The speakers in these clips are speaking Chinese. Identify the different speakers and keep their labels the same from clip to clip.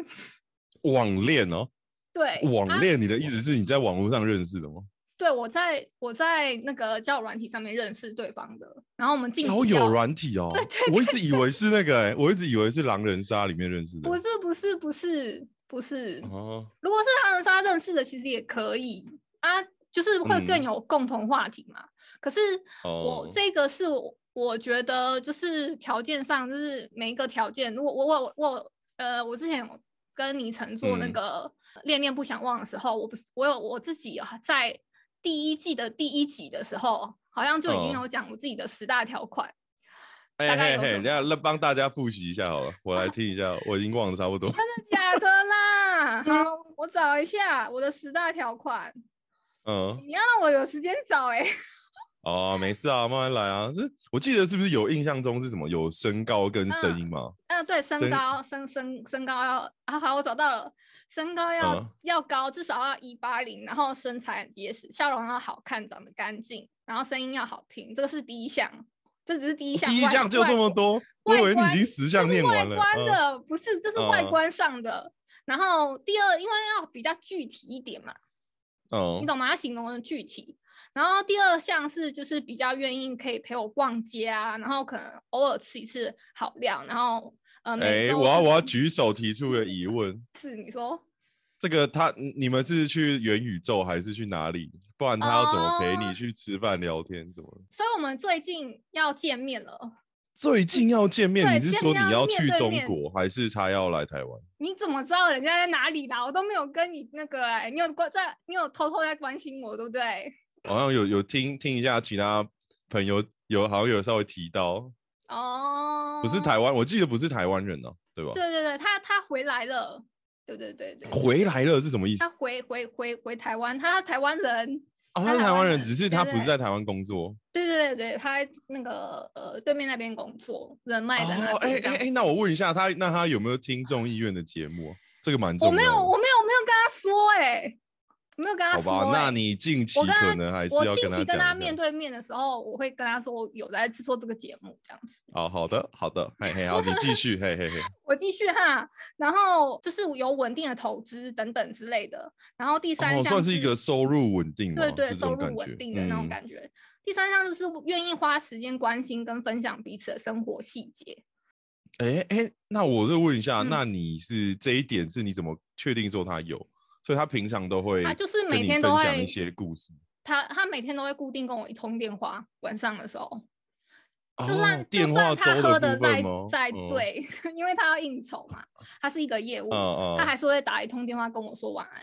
Speaker 1: 网恋哦，
Speaker 2: 对，啊
Speaker 1: 网恋，你的意思是你在网络上认识的吗？
Speaker 2: 对我在我在那个交友软体上面认识对方的，然后我们进
Speaker 1: 交友软体哦
Speaker 2: 对对，
Speaker 1: 我一直以为是那个、欸，我一直以为是狼人杀里面认识的
Speaker 2: 不。是不是不是不是，
Speaker 1: 哦，
Speaker 2: 如果是狼人杀认识的，其实也可以啊，就是会更
Speaker 1: 嗯
Speaker 2: 有共同话题嘛。可是我
Speaker 1: 哦
Speaker 2: 这个是我我觉得就是条件上，就是每一个条件，如果我我我呃，我之前有跟你曾做那
Speaker 1: 嗯
Speaker 2: 个恋恋不想忘的时候，我不是我有我自己啊在第一季的第一集的时候，好像就已经
Speaker 1: 哦
Speaker 2: 有讲我自己的十大条款。
Speaker 1: 哎
Speaker 2: 大概
Speaker 1: 嘿
Speaker 2: 有
Speaker 1: 嘿，
Speaker 2: 什
Speaker 1: 等一下那帮大家复习一下好了，我来听一下，我已经忘了差不多。
Speaker 2: 真的假的啦？好，我找一下我的十大条款。
Speaker 1: 嗯，
Speaker 2: 你要让我有时间找哎、
Speaker 1: 哦，没事啊，慢慢来啊。这我记得是不是有印象中是什么有身高跟声音嘛？
Speaker 2: 呃，对，身
Speaker 1: 身
Speaker 2: 高，身身身高要啊，好，我找到了，身高要、
Speaker 1: 嗯
Speaker 2: 要高，至少要一八零，然后身材很结实，笑容要好看，长得干净，然后声音要好听，这个是第一项，这只是第一项。
Speaker 1: 第一
Speaker 2: 外
Speaker 1: 项就
Speaker 2: 外
Speaker 1: 这么
Speaker 2: 观
Speaker 1: 多，我
Speaker 2: 外
Speaker 1: 以为你已
Speaker 2: 观
Speaker 1: 经十
Speaker 2: 这
Speaker 1: 项
Speaker 2: 是
Speaker 1: 念完了。
Speaker 2: 外观
Speaker 1: 嗯
Speaker 2: 的、不是，这是外
Speaker 1: 嗯
Speaker 2: 观上的。然后第二，因为要比较具体一点嘛，
Speaker 1: 嗯
Speaker 2: 你懂吗？它形容的具体。然后第二项是就是比较愿意可以陪我逛街啊，然后可能偶尔吃一次好料，然后呃，每
Speaker 1: 哎、
Speaker 2: 周
Speaker 1: 我要
Speaker 2: 一
Speaker 1: 我要举手提出个疑问，
Speaker 2: 次你说
Speaker 1: 这个他你们是去元宇宙还是去哪里？不然他要怎么陪
Speaker 2: 哦
Speaker 1: 你去吃饭聊天？怎么了？
Speaker 2: 所以我们最近要见面了，
Speaker 1: 最近要见面，
Speaker 2: 对
Speaker 1: 你是
Speaker 2: 见
Speaker 1: 说
Speaker 2: 面
Speaker 1: 你
Speaker 2: 要
Speaker 1: 要
Speaker 2: 面
Speaker 1: 去
Speaker 2: 对
Speaker 1: 中
Speaker 2: 面
Speaker 1: 国，还是他要来台湾？
Speaker 2: 你怎么知道人家在哪里啦？我都没有跟你那个哎、你有关在，你有偷偷在关心我，对不对？
Speaker 1: 好像有有听听一下其他朋友有好像有稍微提到，
Speaker 2: 哦，
Speaker 1: 不是台湾，我记得不是台湾人哦、对吧？
Speaker 2: 对对对，他他回来了，对对对对，
Speaker 1: 回来了是什么意思
Speaker 2: 他？回回回回台湾，他台湾人，
Speaker 1: 啊，
Speaker 2: 啊他
Speaker 1: 他是
Speaker 2: 台
Speaker 1: 台
Speaker 2: 湾
Speaker 1: 湾人，
Speaker 2: 人
Speaker 1: 只
Speaker 2: 对
Speaker 1: 是他
Speaker 2: 对
Speaker 1: 不是
Speaker 2: 对
Speaker 1: 在台湾工作。
Speaker 2: 对对对对，他在那个呃对面那边工作，人脉在那
Speaker 1: 哦，哎
Speaker 2: 边这
Speaker 1: 哎
Speaker 2: 样
Speaker 1: 哎，那
Speaker 2: 子
Speaker 1: 我问一下他，那他有没有听众意愿的节目啊？这个蛮重
Speaker 2: 我
Speaker 1: 要的。
Speaker 2: 没有我没有我没有跟他说哎、没有跟他
Speaker 1: 好
Speaker 2: 说、
Speaker 1: 吧，那
Speaker 2: 哎
Speaker 1: 你近期
Speaker 2: 我跟
Speaker 1: 可
Speaker 2: 他
Speaker 1: 能还是
Speaker 2: 我
Speaker 1: 要
Speaker 2: 近
Speaker 1: 他
Speaker 2: 期跟
Speaker 1: 讲
Speaker 2: 他
Speaker 1: 一
Speaker 2: 面
Speaker 1: 下。
Speaker 2: 对面的时候，我会跟他说我有在制作这个节目这样子。
Speaker 1: 哦，好的，好的，嘿嘿，好，你继续，嘿嘿嘿，
Speaker 2: 我继续哈，然后就是有稳定的投资等等之类的。然后第 三
Speaker 1: 哦，
Speaker 2: 项
Speaker 1: 算是一个收入稳定嘛，
Speaker 2: 对对
Speaker 1: 是这
Speaker 2: 收
Speaker 1: 种
Speaker 2: 入
Speaker 1: 感
Speaker 2: 稳
Speaker 1: 觉
Speaker 2: 定的那种
Speaker 1: 嗯
Speaker 2: 感觉。第三项就是愿意花时间关心跟分享彼此的生活细节。
Speaker 1: 哎哎，那我就问一下，
Speaker 2: 嗯
Speaker 1: 那你是这一点是你怎么确定说他有？所以他平常都会，
Speaker 2: 他就是每
Speaker 1: 跟你
Speaker 2: 天
Speaker 1: 分
Speaker 2: 都
Speaker 1: 享
Speaker 2: 会
Speaker 1: 一些故事，
Speaker 2: 他他每天都会固定跟我一通电话，晚上的时候，
Speaker 1: 哦
Speaker 2: 就算、，就
Speaker 1: 电话
Speaker 2: 算他
Speaker 1: 粥
Speaker 2: 喝的
Speaker 1: 的部分
Speaker 2: 再
Speaker 1: 吗？
Speaker 2: 再
Speaker 1: 嗯，
Speaker 2: 醉， 因为他要应酬嘛，他是一个业务，
Speaker 1: 嗯嗯，
Speaker 2: 他还是会打一通电话跟我说晚安。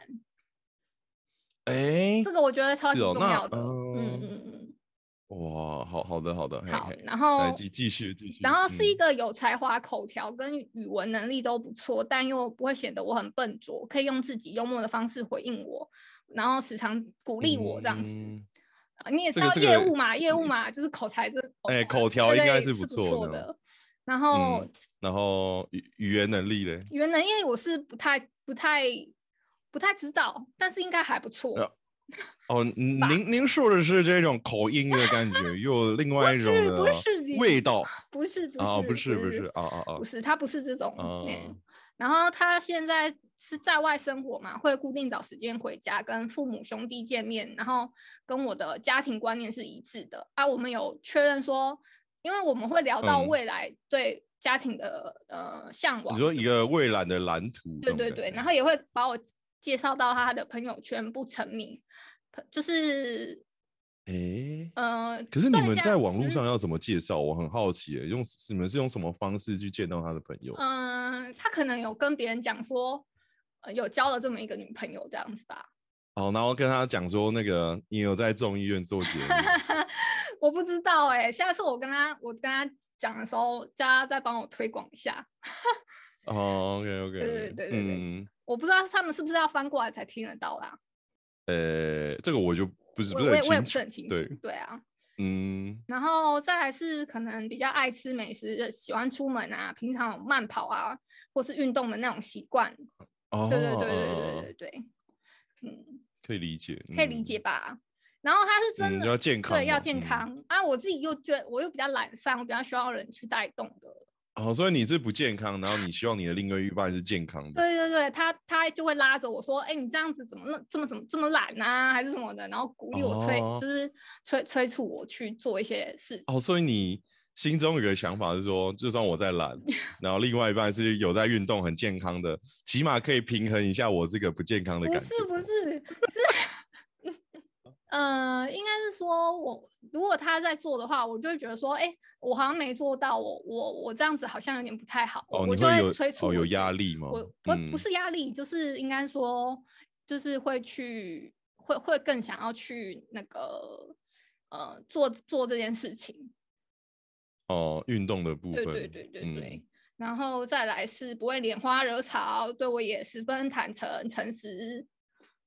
Speaker 1: 哎
Speaker 2: 这，个我觉得超级
Speaker 1: 是哦
Speaker 2: 重
Speaker 1: 那
Speaker 2: 要的。
Speaker 1: 哦
Speaker 2: 嗯嗯嗯
Speaker 1: 哇，好好的好的，嘿
Speaker 2: 嗯，好
Speaker 1: 嘿，
Speaker 2: 然后
Speaker 1: 来继继续继续，
Speaker 2: 然后是一
Speaker 1: 嗯
Speaker 2: 个有才华、口条跟语文能力都不错，但又不会显得我很笨拙，可以用自己幽默的方式回应我，然后时常鼓励我这样子。
Speaker 1: 嗯
Speaker 2: 啊你也知
Speaker 1: 这个
Speaker 2: 道
Speaker 1: 这
Speaker 2: 业
Speaker 1: 个嗯
Speaker 2: 务嘛，业务嘛，就是口才这，
Speaker 1: 哎口
Speaker 2: 对
Speaker 1: 条应该
Speaker 2: 对
Speaker 1: 是
Speaker 2: 是
Speaker 1: 不错
Speaker 2: 错
Speaker 1: 的嗯
Speaker 2: 的。然后
Speaker 1: 然后语语言能力嘞，
Speaker 2: 语言能力我是不太、不太、不太知道，但是应该还不错。
Speaker 1: 呃哦，您您说的是这种口音的感觉，又有另
Speaker 2: 不
Speaker 1: 外一种
Speaker 2: 是不
Speaker 1: 的
Speaker 2: 是你
Speaker 1: 味道
Speaker 2: 不是不是
Speaker 1: 啊，
Speaker 2: 不
Speaker 1: 不是不是，啊啊啊
Speaker 2: 不，是他不是这种。
Speaker 1: 啊
Speaker 2: 嗯，然后他现在是在外生活嘛，会固定找时间回家跟父母兄弟见面，然后跟我的家庭观念是一致的啊。我们有确认说，因为我们会聊到
Speaker 1: 嗯
Speaker 2: 未来对家庭的、呃向往
Speaker 1: 你，说一个蔚蓝的蓝图那
Speaker 2: 对对
Speaker 1: 种感觉，
Speaker 2: 对，然后也会把我介绍到他的朋友圈，不成名，就是
Speaker 1: 哎。
Speaker 2: 呃，
Speaker 1: 可是你
Speaker 2: 算
Speaker 1: 们
Speaker 2: 下
Speaker 1: 在网络
Speaker 2: 嗯
Speaker 1: 上要怎么介绍？我很好奇耶，用你们是用什么方式去见到他的朋友？
Speaker 2: 嗯，他可能有跟别人讲说，呃，有交了这么一个女朋友这样子吧，
Speaker 1: 哦，然后跟他讲说那个你有在众议院做节目
Speaker 2: 我不知道哎、下次我跟他我跟他讲的时候，叫他再帮我推广一下。
Speaker 1: 哦，OK OK，
Speaker 2: 对对对对对
Speaker 1: 嗯，
Speaker 2: 我不知道他们是不是要翻过来才听得到啦，
Speaker 1: 呃，这个我就不是
Speaker 2: 我
Speaker 1: 不
Speaker 2: 也我
Speaker 1: 是很
Speaker 2: 也我也
Speaker 1: 清
Speaker 2: 不是
Speaker 1: 楚，
Speaker 2: 很清楚
Speaker 1: 对，
Speaker 2: 对啊。
Speaker 1: 嗯，
Speaker 2: 然后再来是可能比较爱吃美食，喜欢出门啊，平常有慢跑啊，或是运动的那种习惯。
Speaker 1: 哦，
Speaker 2: 对对对
Speaker 1: 哦
Speaker 2: 对
Speaker 1: 哦
Speaker 2: 对对对，嗯，
Speaker 1: 可以理解，
Speaker 2: 可以理解吧？然后他是真
Speaker 1: 嗯
Speaker 2: 的、
Speaker 1: 要健康
Speaker 2: 对，要
Speaker 1: 嘛
Speaker 2: 健
Speaker 1: 嗯
Speaker 2: 康、啊！我自己又觉得我又比较懒散，我比较需要人去带动的。
Speaker 1: 嗯。哦，所以你是不健康，然后你希望你的另一半是健康的，
Speaker 2: 对对对，他他就会拉着我说：“哎、你这样子怎么那这么怎么这么懒啊，还是什么的？”然后鼓励我催，
Speaker 1: 哦
Speaker 2: 就是催催促我去做一些事情。
Speaker 1: 哦，所以你心中有个想法是说，就算我 在懒，然后另外一半是有在运动、很健康的，起码可以平衡一下我这个不健康的
Speaker 2: 不
Speaker 1: 感觉。哦
Speaker 2: 是不是是，呃，应该是说我如果他在做的话，我就会觉得说：“哎、我好像没做到，我我我这样子好像有点不太好。
Speaker 1: 哦，
Speaker 2: 我
Speaker 1: 你
Speaker 2: 就
Speaker 1: 会
Speaker 2: 会
Speaker 1: 有
Speaker 2: 催促
Speaker 1: 哦
Speaker 2: 我
Speaker 1: 有
Speaker 2: 自
Speaker 1: 压
Speaker 2: 己
Speaker 1: 力吗？
Speaker 2: 我不
Speaker 1: 嗯
Speaker 2: 不是压力，就是应该说，就是会去会会更想要去那个呃做做这件事情。
Speaker 1: 哦，运动的部
Speaker 2: 对
Speaker 1: 分，
Speaker 2: 对对对
Speaker 1: 嗯
Speaker 2: 对。然后再来是不会拈花惹草，对我也十分坦诚诚实。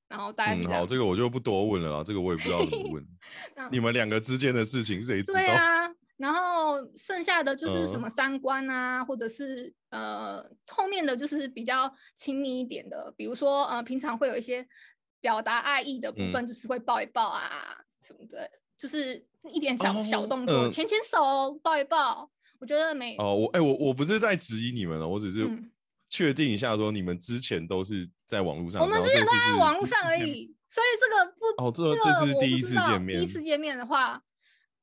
Speaker 2: 然后大概是
Speaker 1: 嗯，
Speaker 2: 这
Speaker 1: 好，
Speaker 2: 样。
Speaker 1: 这个我就不多问了啦，这个我也不知道怎么问
Speaker 2: 那。
Speaker 1: 你们两个之间的事情谁知
Speaker 2: 对
Speaker 1: 道？
Speaker 2: 啊，然后剩下的就是什
Speaker 1: 嗯
Speaker 2: 么三观啊，或者是呃后面的就是比较亲密一点的，比如说呃平常会有一些表达爱意的部
Speaker 1: 嗯
Speaker 2: 分，就是会抱一抱啊、什么的，就是一点小、小
Speaker 1: 哦
Speaker 2: 动作，
Speaker 1: 嗯
Speaker 2: 牵牵手，抱一抱。我觉得每、
Speaker 1: 哦，我哎、我我不是在质疑你们哦了，我只是
Speaker 2: 嗯
Speaker 1: 确定一下说你们之前都是在网络上，
Speaker 2: 我们
Speaker 1: 然后
Speaker 2: 之前
Speaker 1: 这
Speaker 2: 都
Speaker 1: 次
Speaker 2: 在
Speaker 1: 是
Speaker 2: 网
Speaker 1: 第
Speaker 2: 络上
Speaker 1: 一次
Speaker 2: 而
Speaker 1: 见面
Speaker 2: 已，所以这个不
Speaker 1: 哦这
Speaker 2: 这
Speaker 1: 这
Speaker 2: 个
Speaker 1: 是
Speaker 2: 我
Speaker 1: 第
Speaker 2: 不
Speaker 1: 一
Speaker 2: 知
Speaker 1: 次
Speaker 2: 道
Speaker 1: 见
Speaker 2: 第一
Speaker 1: 面
Speaker 2: 次见面的话，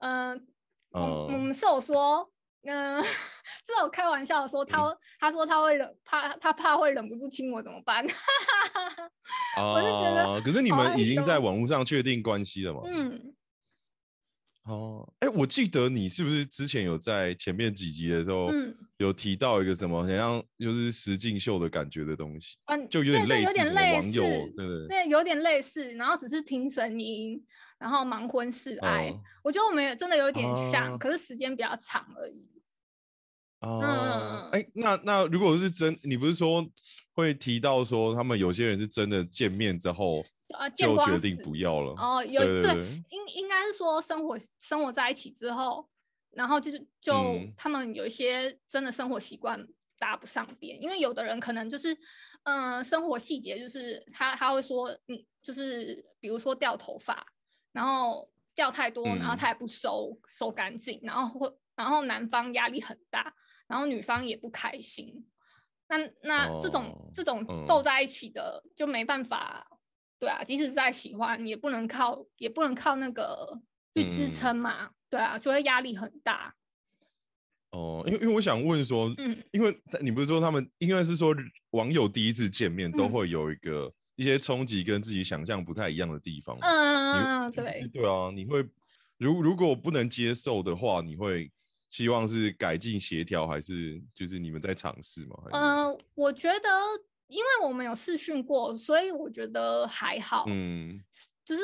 Speaker 2: 嗯、我我
Speaker 1: 嗯
Speaker 2: 们是有说，嗯、 是有开玩笑
Speaker 1: 嗯
Speaker 2: 说他会他说他会忍怕他怕会忍不住亲我怎么办？ 我就觉得
Speaker 1: 啊，可是你
Speaker 2: 好
Speaker 1: 们
Speaker 2: 害
Speaker 1: 已经在
Speaker 2: 羞
Speaker 1: 网络上确定关系了嘛？
Speaker 2: 嗯，
Speaker 1: 哦，哎，我记得你是不是之前有在前面几集的时候，
Speaker 2: 嗯
Speaker 1: 有提到一个什么，好像就是实境秀的感觉的东西，
Speaker 2: 嗯，
Speaker 1: 就有
Speaker 2: 对
Speaker 1: 点
Speaker 2: 对
Speaker 1: 类
Speaker 2: 有
Speaker 1: 似什
Speaker 2: 点
Speaker 1: 么
Speaker 2: 类
Speaker 1: 网友，
Speaker 2: 似，
Speaker 1: 对对对，
Speaker 2: 对，有点类似，然后只是听声音，然后盲婚试爱，
Speaker 1: 嗯
Speaker 2: 我觉得我们也真的有点像，
Speaker 1: 啊
Speaker 2: 可是时间比较长而已。嗯
Speaker 1: 哦，哎、那那如果是真，你不是说会提到说他们有些人是真的见面之后
Speaker 2: 就啊，见
Speaker 1: 就
Speaker 2: 光
Speaker 1: 决
Speaker 2: 死
Speaker 1: 定不要了，
Speaker 2: 哦，有
Speaker 1: 对
Speaker 2: 对，
Speaker 1: 对，
Speaker 2: 应应该是说生活生活在一起之后，然后就是就
Speaker 1: 嗯
Speaker 2: 他们有一些真的生活习惯搭不上边，因为有的人可能就是，嗯、生活细节就是他他会说你就是比如说掉头发，然后掉太多，然后
Speaker 1: 嗯
Speaker 2: 他也不收收干净，然后会然后男方压力很大，然后女方也不开心。那那这种、
Speaker 1: 哦
Speaker 2: 这种
Speaker 1: 嗯
Speaker 2: 斗在一起的、就没办法，对啊，即使再喜欢，也不能靠也不能靠那个去支
Speaker 1: 嗯
Speaker 2: 撑嘛，对啊，就会压力很大。
Speaker 1: 哦，因为因为我想问说，
Speaker 2: 嗯
Speaker 1: 因为你不是说他们，因为是说网友第一次见面都
Speaker 2: 嗯
Speaker 1: 会有一个、一些冲击跟自己想象不太一样的地方嘛，
Speaker 2: 嗯，
Speaker 1: 你就是
Speaker 2: 对，
Speaker 1: 对啊，你会如如果不能接受的话，你会希
Speaker 2: 呃
Speaker 1: 望是改进协调，还是就是你们在尝试吗？还是
Speaker 2: 嗯、我觉得因为我们有试训过，所以我觉得还好，
Speaker 1: 嗯，
Speaker 2: 就是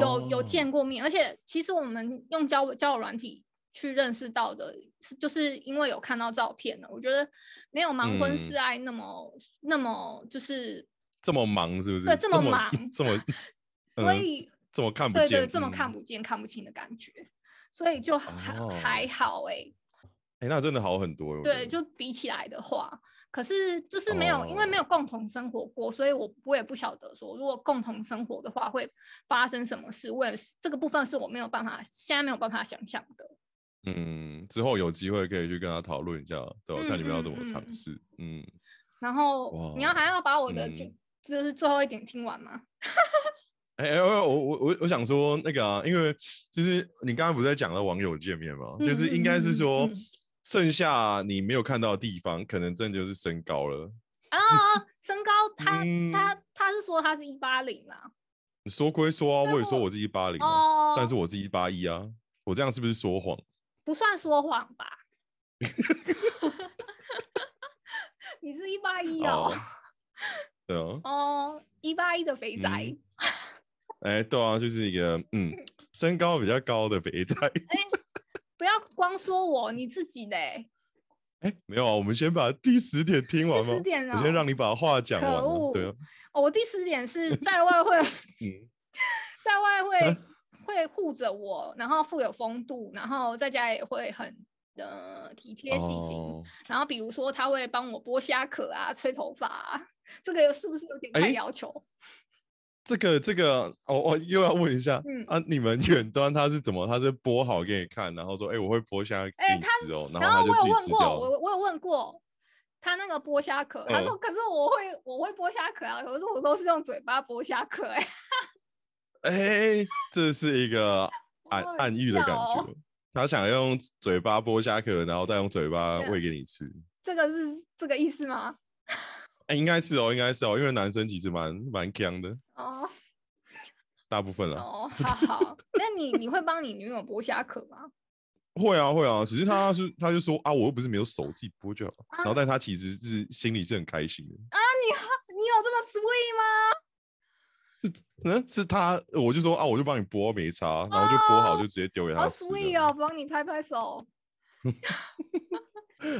Speaker 2: 有、
Speaker 1: 哦
Speaker 2: 有见过面，而且其实我们用交友交友软体去认识到的，是就是因为有看到照片了。我觉得没有盲
Speaker 1: 嗯
Speaker 2: 婚示爱那么、那么就是，
Speaker 1: 这么忙是不是？
Speaker 2: 对这么忙，
Speaker 1: 这么，
Speaker 2: 所
Speaker 1: 嗯
Speaker 2: 以、
Speaker 1: 这么看不
Speaker 2: 对
Speaker 1: 见，
Speaker 2: 对，这么看
Speaker 1: 嗯
Speaker 2: 不见、看不清的感觉，所以就还、
Speaker 1: 哦
Speaker 2: 还好哎、
Speaker 1: 哎、那真的好很多。我觉
Speaker 2: 对，
Speaker 1: 得
Speaker 2: 就比起来的话，可是就是没有，因为
Speaker 1: 哦
Speaker 2: 没有共同生活过，所以我我也不晓得说，如果共同生活的话会发生什么事。我也是这个部分是我没有办法，现在没有办法想象的。
Speaker 1: 嗯，之后有机会可以去跟他讨论一下，对吧、看你们要怎么
Speaker 2: 嗯嗯
Speaker 1: 尝
Speaker 2: 嗯
Speaker 1: 试。嗯，
Speaker 2: 然后你要
Speaker 1: 哇
Speaker 2: 还要把我的就、
Speaker 1: 嗯
Speaker 2: 就是最后一点听完吗？
Speaker 1: 哎、哎我我我我想说那个啊，因为就是你刚刚不是在讲到网友见面嘛，就是应该
Speaker 2: 嗯嗯
Speaker 1: 是
Speaker 2: 嗯
Speaker 1: 说
Speaker 2: 嗯
Speaker 1: 剩下你没有看到的地方，可能真的就是身高了。
Speaker 2: 啊，身高他、
Speaker 1: 嗯
Speaker 2: 他他是说他是一八零啦，
Speaker 1: 你说归说啊，
Speaker 2: 但
Speaker 1: 我也说
Speaker 2: 我
Speaker 1: 我是一八零，啊
Speaker 2: 哦，
Speaker 1: 但是我是一八一啊，我这样是不是说谎？
Speaker 2: 不算说谎吧？ 你是一八一哦。
Speaker 1: 哦对啊，
Speaker 2: 哦，一八一的肥宅，
Speaker 1: 嗯哎、对啊，就是一个嗯，身高比较高的肥仔。
Speaker 2: 不要光说我，你自己嘞，
Speaker 1: 哎、没有啊，我们先把第十点听完
Speaker 2: 第
Speaker 1: 嘛。
Speaker 2: 十点
Speaker 1: 我
Speaker 2: 哦
Speaker 1: 先让你把话讲
Speaker 2: 可
Speaker 1: 完了。对啊
Speaker 2: 恶，哦，我第十点是在外会，
Speaker 1: 嗯
Speaker 2: 在外
Speaker 1: 啊
Speaker 2: 会会护着我，然后富有风度，然后在家也会很呃体贴细心。
Speaker 1: 哦
Speaker 2: 然后比如说他会帮我剥虾壳啊、吹头发啊，这个是不是有点太
Speaker 1: 哎
Speaker 2: 要求？
Speaker 1: 这个这个，哦哦，又要问一下，
Speaker 2: 嗯
Speaker 1: 啊，你们远端他是怎么？他是剥好给你看，然后说，哎、我会剥虾给
Speaker 2: 哎
Speaker 1: 你
Speaker 2: 他
Speaker 1: 吃哦，
Speaker 2: 然
Speaker 1: 后他就
Speaker 2: 我有
Speaker 1: 自己
Speaker 2: 问
Speaker 1: 吃
Speaker 2: 过，
Speaker 1: 掉了。
Speaker 2: 我我有问过。他那个剥虾壳，他
Speaker 1: 嗯
Speaker 2: 说：“可是我会，我会剥虾壳啊，可是我都是用嘴巴剥虾壳、欸，
Speaker 1: 哎、这是一个 暗
Speaker 2: 好好
Speaker 1: 暗喻的感
Speaker 2: 笑
Speaker 1: 觉
Speaker 2: 哦，
Speaker 1: 他想用嘴巴剥虾壳，然后再用嘴巴
Speaker 2: 对啊
Speaker 1: 喂给你吃。
Speaker 2: 这个是这个意思吗？”
Speaker 1: 哎、应该是哦，应该是哦，因为男生其实蛮蛮强的，
Speaker 2: 哦
Speaker 1: 大部分啦。
Speaker 2: 哦，好好，那你你会帮你女友剥虾壳吗？
Speaker 1: 会啊会啊，只是他是他就说啊，我又不是没有手，自己剥就好了。然后
Speaker 2: 啊
Speaker 1: 但他其实是心里是很开心的。
Speaker 2: 你有这么 sweet 吗？
Speaker 1: 嗯，是他，我就说啊，我就帮你剥没差，然后就剥好就直接丢给
Speaker 2: 哦好
Speaker 1: 他吃这
Speaker 2: sweet
Speaker 1: 样。
Speaker 2: 哦，帮你拍拍手。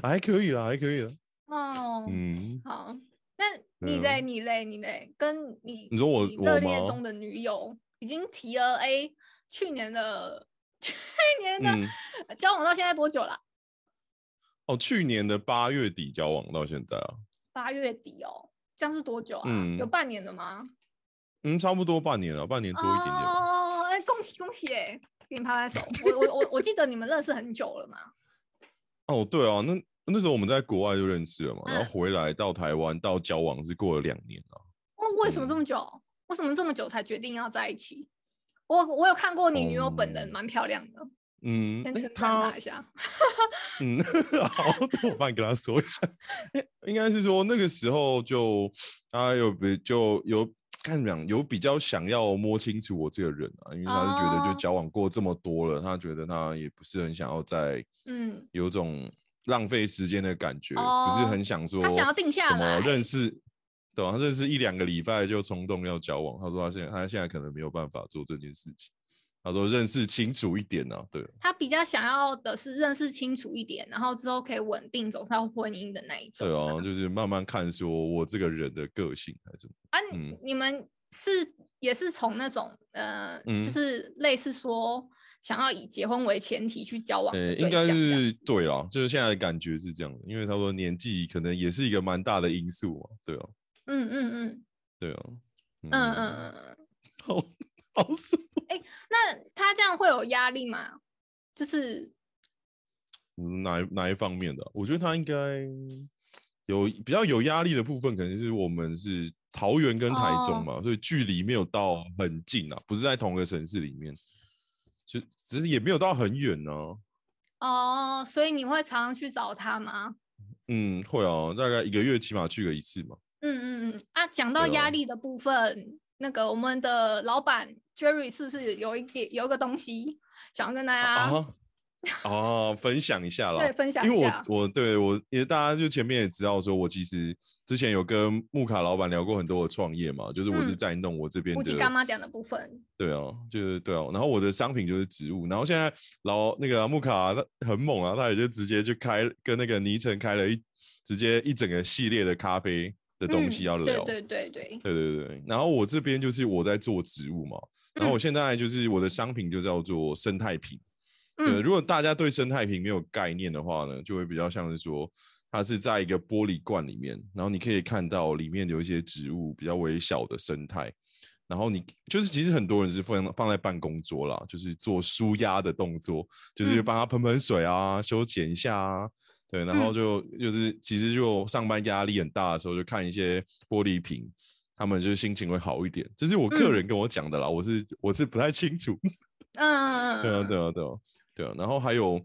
Speaker 1: 还可以啦，还可以啦。
Speaker 2: 哦，
Speaker 1: 嗯，
Speaker 2: 好，那你
Speaker 1: 嗯
Speaker 2: 嘞，你嘞，你嘞，跟你
Speaker 1: 你说我
Speaker 2: 你
Speaker 1: 我
Speaker 2: 热恋
Speaker 1: 吗
Speaker 2: 中的女友已经提了 A 去年的 去年的、
Speaker 1: 嗯，
Speaker 2: 交往到现在多久了？
Speaker 1: 哦，去年的八月底交往到现在啊，
Speaker 2: 八月底哦，这样是多久啊？有
Speaker 1: 嗯
Speaker 2: 半年了吗？
Speaker 1: 嗯，差不多半年了，半年多一点点吧。
Speaker 2: 哦，哎、恭喜恭喜哎、给你拍拍手。我我我我记得你们认识很久了嘛。
Speaker 1: 哦，对啊，那那时候我们在国外就认识了嘛，然
Speaker 2: 嗯
Speaker 1: 后回来到台湾到交往是过了两年了。
Speaker 2: 哦，为什么这
Speaker 1: 嗯
Speaker 2: 么久？为什么这么久才决定要在一起？我我有看过你女友本人，
Speaker 1: 哦
Speaker 2: 蛮漂亮的，
Speaker 1: 嗯，
Speaker 2: 先
Speaker 1: 诶
Speaker 2: 称赞
Speaker 1: 他
Speaker 2: 她一下。
Speaker 1: 嗯， 好，那我帮你跟他说一下。诶应该是说那个时候就他有比就有看怎么讲，有比较想要摸清楚我这个人啊，因为他是觉得
Speaker 2: 哦
Speaker 1: 就交往过这么多了，他觉得他也不是很想要再
Speaker 2: 嗯，
Speaker 1: 有种浪费时间的感觉，不是
Speaker 2: 哦
Speaker 1: 很想说
Speaker 2: 他想要定下
Speaker 1: 怎么
Speaker 2: 来。
Speaker 1: 认识。对、啊，他认识一两个礼拜就冲动要交往，他说他现在他现在可能没有办法做这件事情。他说认识清楚一点啊，对，
Speaker 2: 他比较想要的是认识清楚一点，然后之后可以稳定走上婚姻的那一种。
Speaker 1: 对啊，就是慢慢看，说我这个人的个性还是什么。
Speaker 2: 啊，
Speaker 1: 嗯
Speaker 2: 你们是也是从那种呃，
Speaker 1: 嗯
Speaker 2: 就是类似说想要以结婚为前提去交往
Speaker 1: 呃、
Speaker 2: 哦的对象
Speaker 1: 应
Speaker 2: 这
Speaker 1: 该
Speaker 2: 样子，
Speaker 1: 是对啦，就是现在的感觉是这样的，因为他说年纪可能也是一个蛮大的因素嘛，对啊，
Speaker 2: 嗯嗯嗯
Speaker 1: 对啊，嗯
Speaker 2: 嗯嗯嗯，嗯。
Speaker 1: 好 好什么？
Speaker 2: 那他这样会有压力吗？就是
Speaker 1: 嗯哪一哪一方面的啊？我觉得他应该有比较有压力的部分，可能是我们是桃园跟台
Speaker 2: 哦
Speaker 1: 中嘛，所以距离没有到很近啊，不是在同一个城市里面，就只是也没有到很远啊呢、
Speaker 2: 哦，所以你会常常去找他吗？
Speaker 1: 嗯，会啊，大概一个月起码去个一次嘛。
Speaker 2: 嗯嗯嗯。啊，讲到
Speaker 1: 对啊
Speaker 2: 压力的部分，那个我们的老板 Jerry 是不是有一点有一个东西想要跟大家
Speaker 1: 啊，哦，分享一下啦。
Speaker 2: 对，分享
Speaker 1: 因为
Speaker 2: 一
Speaker 1: 我
Speaker 2: 下。
Speaker 1: 我对我也大家就前面也知道，说我其实之前有跟木卡老板聊过很多的创业嘛，就是我是
Speaker 2: 嗯
Speaker 1: 在弄我这边
Speaker 2: 乌
Speaker 1: 的，
Speaker 2: 吉干妈讲的部分，
Speaker 1: 对啊，就是对啊，然后我的商品就是植物，然后现在老那个木卡他很猛啊，他也就直接就开跟那个尼城开了一直接一整个系列的咖啡的东西
Speaker 2: 嗯
Speaker 1: 要聊，
Speaker 2: 对对对对，
Speaker 1: 对对对，然后我这边就是我在做植物嘛，然后
Speaker 2: 嗯
Speaker 1: 我现在就是我的商品就叫做生态瓶。对，
Speaker 2: 嗯
Speaker 1: 如果大家对生态瓶没有概念的话呢，就会比较像是说，它是在一个玻璃罐里面，然后你可以看到里面有一些植物比较微小的生态，然后你就是其实很多人是放放在办公桌啦，就是做舒压的动作，就是
Speaker 2: 嗯
Speaker 1: 帮它喷喷水啊，修剪一下啊，对，然后
Speaker 2: 嗯
Speaker 1: 就就是其实就上班压力很大的时候，就看一些玻璃瓶，他们就是心情会好一点。这是我个
Speaker 2: 嗯
Speaker 1: 人跟我讲的啦，我是我是不太清楚。
Speaker 2: 嗯，
Speaker 1: 对啊，对啊，对啊，对啊。然后还有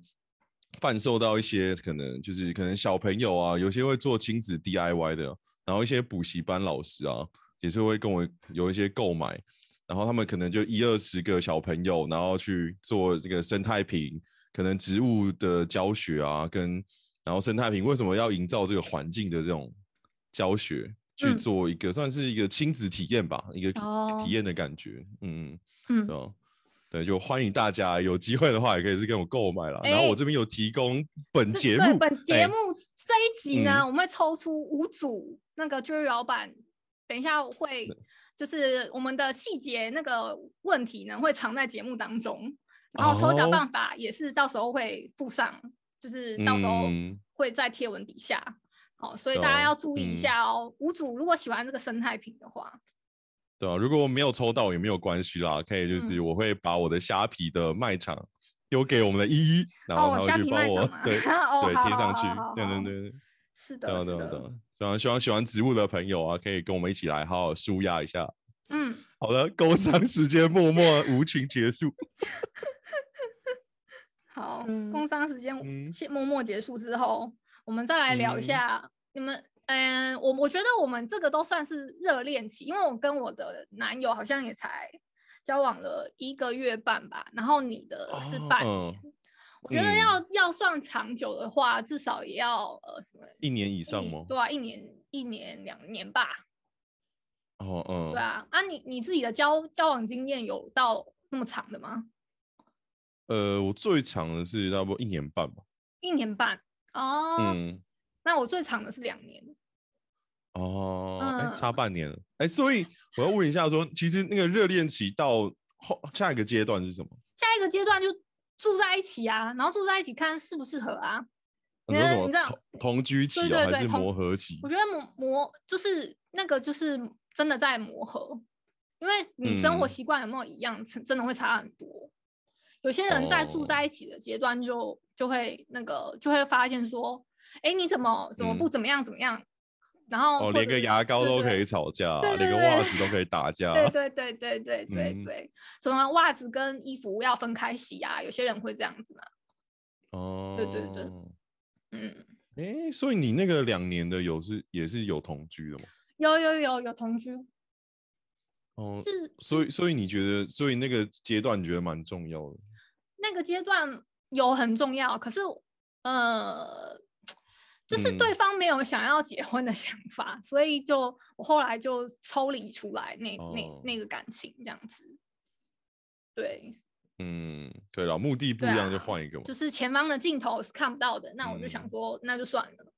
Speaker 1: 贩售到一些可能就是可能小朋友啊，有些会做亲子 DIY 的，然后一些补习班老师啊，也是会跟我有一些购买，然后他们可能就一二十个小朋友，然后去做这个生态瓶，可能植物的教学啊，跟然后生态瓶为什么要营造这个环境的这种教学？去
Speaker 2: 嗯
Speaker 1: 做一个、算是一个亲子体验吧，一个体
Speaker 2: 哦
Speaker 1: 体验的感觉，嗯，
Speaker 2: 嗯
Speaker 1: 对啊对，就欢迎大家有机会的话，也可以是跟我购买啦。然后我
Speaker 2: 哎
Speaker 1: 这边有提供本节
Speaker 2: 对，
Speaker 1: 目，
Speaker 2: 本
Speaker 1: 哎
Speaker 2: 节目这一集呢，
Speaker 1: 嗯
Speaker 2: 我们会抽出五组那个 jury 老板，等一下我会就是我们的细节那个问题呢会藏在节目当中，然后抽奖
Speaker 1: 哦
Speaker 2: 办法也是到时候会附上，就是到时候
Speaker 1: 嗯
Speaker 2: 会在贴文底下。好，所以大家
Speaker 1: 懂
Speaker 2: 要注意一
Speaker 1: 嗯
Speaker 2: 下哦。五组如果喜欢这个生态瓶的话，
Speaker 1: 对啊，如果没有抽到也没有关系啦，可以
Speaker 2: 嗯
Speaker 1: 就是我会把我的虾皮的卖场丢给我们的依依，然后
Speaker 2: 哦，
Speaker 1: 他
Speaker 2: 虾
Speaker 1: 会去
Speaker 2: 皮
Speaker 1: 帮
Speaker 2: 卖
Speaker 1: 我
Speaker 2: 场嘛，
Speaker 1: 对
Speaker 2: 哦，
Speaker 1: 对
Speaker 2: 好
Speaker 1: 贴上去，对，
Speaker 2: 好好好
Speaker 1: 对
Speaker 2: 好
Speaker 1: 对对，
Speaker 2: 是
Speaker 1: 对啊
Speaker 2: 的，是
Speaker 1: 对啊对啊
Speaker 2: 的，。
Speaker 1: 然后希望喜欢植物的朋友啊，可以跟我们一起来好好舒压一下。
Speaker 2: 嗯，
Speaker 1: 好的，工商时间默 默无情结束。
Speaker 2: 好，
Speaker 1: 嗯
Speaker 2: 工商时间
Speaker 1: 嗯
Speaker 2: 先默默结束之后，我们再来聊一
Speaker 1: 嗯
Speaker 2: 下、你们。嗯，我我觉得我们这个都算是热恋期，因为我跟我的男友好像也才交往了一个月半吧，然后你的是
Speaker 1: 哦
Speaker 2: 半年，
Speaker 1: 嗯
Speaker 2: 我觉得
Speaker 1: 嗯
Speaker 2: 要、要算长久的话，至少也要呃什么
Speaker 1: 一年以
Speaker 2: 一
Speaker 1: 上
Speaker 2: 年
Speaker 1: 吗？
Speaker 2: 对啊，一年一年两年吧，
Speaker 1: 哦，嗯，
Speaker 2: 对啊，啊你你自己的交交往经验有到那么长的吗？
Speaker 1: 呃，我最长的是差不多一年半吧。
Speaker 2: 一年半哦，
Speaker 1: 嗯，
Speaker 2: 那我最长的是两年，
Speaker 1: 哦，哎、差
Speaker 2: 嗯
Speaker 1: 半年了，哎、所以我要问一下说，其实那个热恋期到后下一个阶段是什么？
Speaker 2: 下一个阶段就住在一起啊，然后住在一起看适不适合啊。
Speaker 1: 你
Speaker 2: 因
Speaker 1: 说
Speaker 2: 为
Speaker 1: 什
Speaker 2: 你知道
Speaker 1: 么同同居期
Speaker 2: 对
Speaker 1: 哦，
Speaker 2: 对
Speaker 1: 还
Speaker 2: 对
Speaker 1: 是
Speaker 2: 同
Speaker 1: 磨合期
Speaker 2: 我？觉得磨磨就是那个就是真的在磨合，因为你生活
Speaker 1: 嗯
Speaker 2: 习惯有没有一样，真真的会差很多。有些人在住
Speaker 1: 哦
Speaker 2: 在一起的阶段就、就会那个就会发现说，哎，你怎么怎么不
Speaker 1: 嗯
Speaker 2: 怎么样怎么样，然后
Speaker 1: 哦，
Speaker 2: 或
Speaker 1: 连
Speaker 2: 者
Speaker 1: 个
Speaker 2: 是
Speaker 1: 牙膏
Speaker 2: 对
Speaker 1: 都
Speaker 2: 对
Speaker 1: 可以吵架，
Speaker 2: 对对
Speaker 1: 连个
Speaker 2: 对
Speaker 1: 袜子都可以打架。
Speaker 2: 对对对对对对
Speaker 1: 嗯
Speaker 2: 对，什么袜子跟衣服要分开洗啊，有些人会这样子嘛，
Speaker 1: 哦，
Speaker 2: 对对对嗯。
Speaker 1: 哎、所以你那个两年的有是也是有同居的吗？
Speaker 2: 有有有有同居，
Speaker 1: 哦，
Speaker 2: 是
Speaker 1: 所以所以你觉得，所以那个阶段你觉得蛮重要的？
Speaker 2: 那个阶段有很重要，可是呃，就是对
Speaker 1: 嗯
Speaker 2: 方没有想要结婚的 想法，所以就我后来就抽离出来那
Speaker 1: 哦
Speaker 2: 那那个感情这样子。对，
Speaker 1: 嗯，对了，目的不一
Speaker 2: 对
Speaker 1: 样就
Speaker 2: 啊
Speaker 1: 换一个嘛。
Speaker 2: 就是前方的镜头是看不到的，那我就想
Speaker 1: 哦嗯
Speaker 2: 说，那就算了。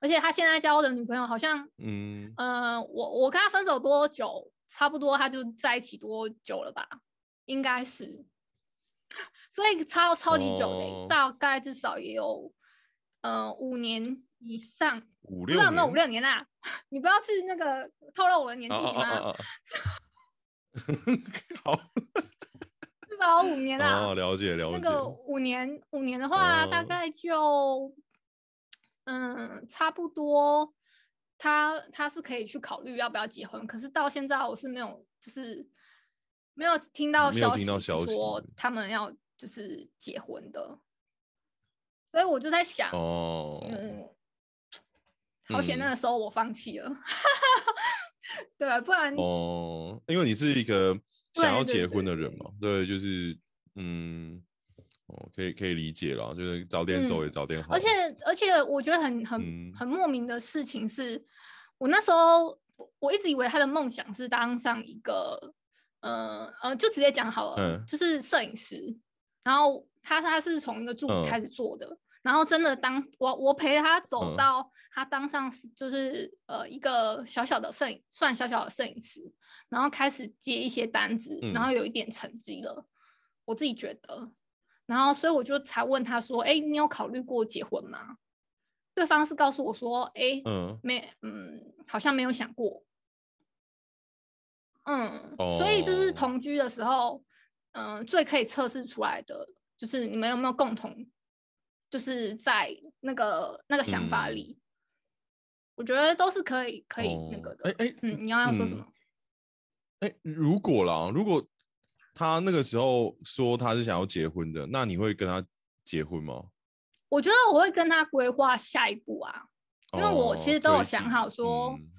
Speaker 2: 而且他现在交的女朋友好像，
Speaker 1: 嗯，
Speaker 2: 呃，我我跟他分手多久，差不多他就在一起多久了吧？应该是， 所以超超级久的欸、
Speaker 1: 哦
Speaker 2: 大概至少也有，呃，五年以上，
Speaker 1: 五
Speaker 2: 不
Speaker 1: 六
Speaker 2: 知道有没有
Speaker 1: 年
Speaker 2: 五六年啦、 你不要去那个透露我的年纪
Speaker 1: 啊
Speaker 2: 行
Speaker 1: 啊
Speaker 2: 吗？
Speaker 1: 啊啊啊
Speaker 2: 哦
Speaker 1: 好，
Speaker 2: 至少有五年啦、
Speaker 1: 哦，了解了
Speaker 2: 那
Speaker 1: 解。
Speaker 2: 个五年，五年的话，大
Speaker 1: 哦
Speaker 2: 概就，嗯，差不多。他他是可以去考虑要不要结婚，可是到现在我是没有，就是没有听到
Speaker 1: 没有
Speaker 2: 消息
Speaker 1: 听到
Speaker 2: 是
Speaker 1: 消息
Speaker 2: 说他们要就是结婚的，所以我就在想，
Speaker 1: 哦，
Speaker 2: 嗯，好险那
Speaker 1: 嗯
Speaker 2: 个时候我放弃了， 对，不然
Speaker 1: 哦，因为你是一个想
Speaker 2: 嗯对
Speaker 1: 要
Speaker 2: 对对
Speaker 1: 结婚的
Speaker 2: 对
Speaker 1: 人嘛，对，就是嗯，哦，可以可以理解啦，就是早点走也
Speaker 2: 嗯
Speaker 1: 早点好。啊
Speaker 2: 而且而且我觉得很很
Speaker 1: 嗯
Speaker 2: 很莫名的事情是，我那时候我一直以为他的梦想是当上一个呃呃，就直接讲好了，
Speaker 1: 嗯
Speaker 2: 就是摄影师。然后他他是从一个助理开
Speaker 1: 嗯
Speaker 2: 始做的，然后真的当我我陪他走
Speaker 1: 嗯
Speaker 2: 到他当上是就是呃一个小小的摄影，算小小的摄影师，然后开始接一些单子，然
Speaker 1: 嗯
Speaker 2: 后有一点成绩了，我自己觉得。然后，所以我就才问他说：“哎，你有考虑过结婚吗？”对方是告诉我说：“哎，
Speaker 1: 嗯，
Speaker 2: 没，嗯，好像没有想过。”嗯，所以就是
Speaker 1: 哦
Speaker 2: 同居的时候，嗯、最可以测试出来的就是你们有没有共同，就是在那个那个想法
Speaker 1: 嗯
Speaker 2: 里，我觉得都是可以可以那
Speaker 1: 哦
Speaker 2: 个的。
Speaker 1: 哎哎
Speaker 2: 嗯，你要要说什
Speaker 1: 嗯
Speaker 2: 么？
Speaker 1: 哎、如果啦，如果他那个时候说他是想要结婚的，那你会跟他结婚吗？
Speaker 2: 我觉得我会跟他规划下一步啊，因为我其
Speaker 1: 哦
Speaker 2: 实都有
Speaker 1: 推
Speaker 2: 想
Speaker 1: 进
Speaker 2: 好说，
Speaker 1: 嗯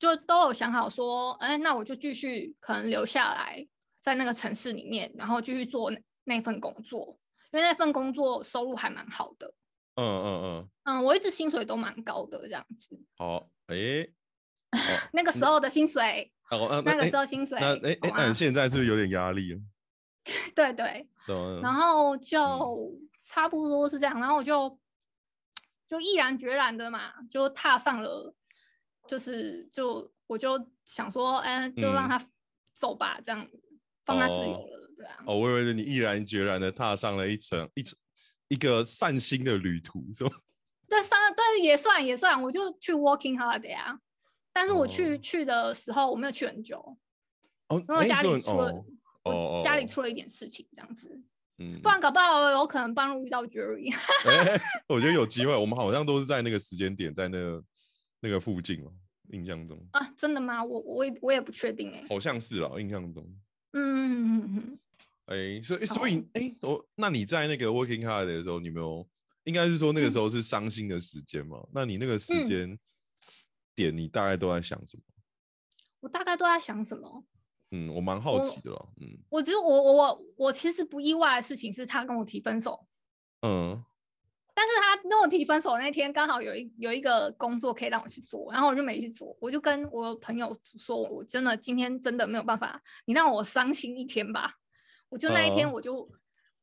Speaker 2: 就都有想好说，哎、那我就继续可能留下来在那个城市里面，然后继续做那那份工作，因为那份工作收入还蛮好的，
Speaker 1: 嗯嗯嗯，
Speaker 2: 嗯，我一直薪水都蛮高的这样子，
Speaker 1: 好，哎、 哦
Speaker 2: 那个时候的薪水，
Speaker 1: 哦，那
Speaker 2: 那个啊时候
Speaker 1: 哎
Speaker 2: 薪水，
Speaker 1: 那哎哎，
Speaker 2: 好
Speaker 1: 那
Speaker 2: 吗
Speaker 1: 你现在是不 是有点压力了？
Speaker 2: 对对，
Speaker 1: 懂
Speaker 2: 然后就
Speaker 1: 嗯
Speaker 2: 差不多是这样，然后我就就毅然决然的嘛，就踏上了，就是就我就想说，哎、就让
Speaker 1: 嗯
Speaker 2: 他走吧，这样放他自由
Speaker 1: 哦
Speaker 2: 了，对啊，
Speaker 1: 哦，我以为是你毅然决然的踏上了一程一程一个散心的旅途，是 吧？
Speaker 2: 对，上对也算也算，我就去 working holiday 啊，但是我去、
Speaker 1: 哦
Speaker 2: 去的时候我没有去很久，
Speaker 1: 哦，
Speaker 2: 因为我
Speaker 1: 哎
Speaker 2: 家
Speaker 1: 所
Speaker 2: 里
Speaker 1: 以
Speaker 2: 出了
Speaker 1: 哦。
Speaker 2: 我家里
Speaker 1: 哦
Speaker 2: 出了一点事情，这样子，
Speaker 1: 嗯
Speaker 2: 不，然搞不好我有可能半路遇到 Jerry。
Speaker 1: 哎， 我觉得有机会，我们好像都是在那个时间点，在那个那个附近哦，印象中
Speaker 2: 啊，真的吗？我我也我也不确定哎、
Speaker 1: 好像是啦，印象中。
Speaker 2: 嗯嗯嗯嗯，
Speaker 1: 哎、所以所
Speaker 2: 哦
Speaker 1: 以哎、我那你在那个 working hard 的时候，你有没有应该是说那个时候是伤心的时间嘛？那你那个时
Speaker 2: 嗯
Speaker 1: 间点，你大概都在想什么？
Speaker 2: 我大概都在想什么？
Speaker 1: 嗯，我蛮好
Speaker 2: 我
Speaker 1: 奇的啦。嗯
Speaker 2: 我只我我我我其实不意外的事情是他跟我提分手，
Speaker 1: 嗯，
Speaker 2: 但是他跟我提分手那天刚好有一有一个工作可以让我去做，然后我就没去做，我就跟我朋友说，我真的今天真的没有办法，你让我伤心一天吧。我就那一天
Speaker 1: 哦
Speaker 2: 我就、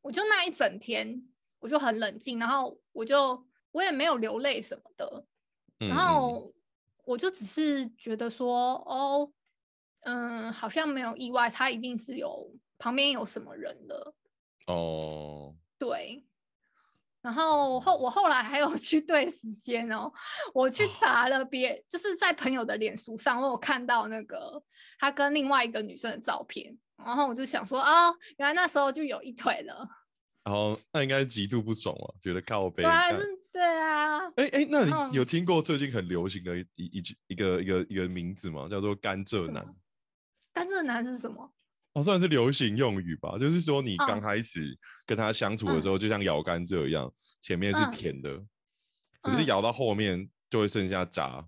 Speaker 2: 我就那一整天我就很冷静，然后我就我也没有流泪什么的，
Speaker 1: 嗯
Speaker 2: 然后我就只是觉得说，哦，嗯，好像没有意外，他一定是有旁边有什么人了，
Speaker 1: 嗯哦，
Speaker 2: 对。然后
Speaker 1: 嗯
Speaker 2: 后我后来还有去对时间哦，我去查了别，就是在朋友的脸书上，我有看到那个他跟另外一个女生的照片，然后我就想说，哦，原来那时候就有一腿了，
Speaker 1: 然后那应该是极度不爽了，觉得靠背。
Speaker 2: 对啊，
Speaker 1: 干
Speaker 2: 是，对啊，
Speaker 1: 哎哎，那
Speaker 2: 嗯
Speaker 1: 你有听过最近很流行的一一一句一个一个一个名字吗？叫做甘蔗
Speaker 2: 什
Speaker 1: 男
Speaker 2: 么。但这个男是什么？
Speaker 1: 哦，算是流行用语吧，就是说你刚
Speaker 2: 嗯
Speaker 1: 开始跟他相处的
Speaker 2: 嗯
Speaker 1: 时候，就像咬甘蔗一样，前面是
Speaker 2: 嗯
Speaker 1: 甜的，可是
Speaker 2: 嗯
Speaker 1: 咬到后面就会剩下渣，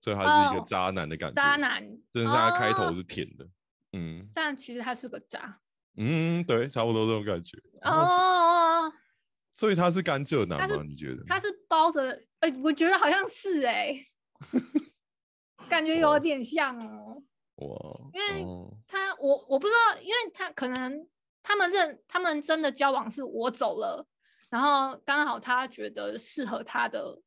Speaker 1: 所以他是
Speaker 2: 哦
Speaker 1: 一个渣男的感觉。
Speaker 2: 渣，男，
Speaker 1: 真的是他开头
Speaker 2: 哦
Speaker 1: 是甜的，嗯
Speaker 2: 但其实他是个渣
Speaker 1: 嗯，对，差不多这种感觉。然后是，
Speaker 2: 哦，
Speaker 1: 所以他是甘蔗男
Speaker 2: 他是
Speaker 1: 吗？你觉得？
Speaker 2: 他是包着，哎、我觉得好像是哎、 感觉有
Speaker 1: 哦
Speaker 2: 点像哦。
Speaker 1: 哇，
Speaker 2: 因为
Speaker 1: 哦
Speaker 2: 他我我不知道，因为他可能他们认他们真的交往是我走了，然后刚好他觉得适合他的，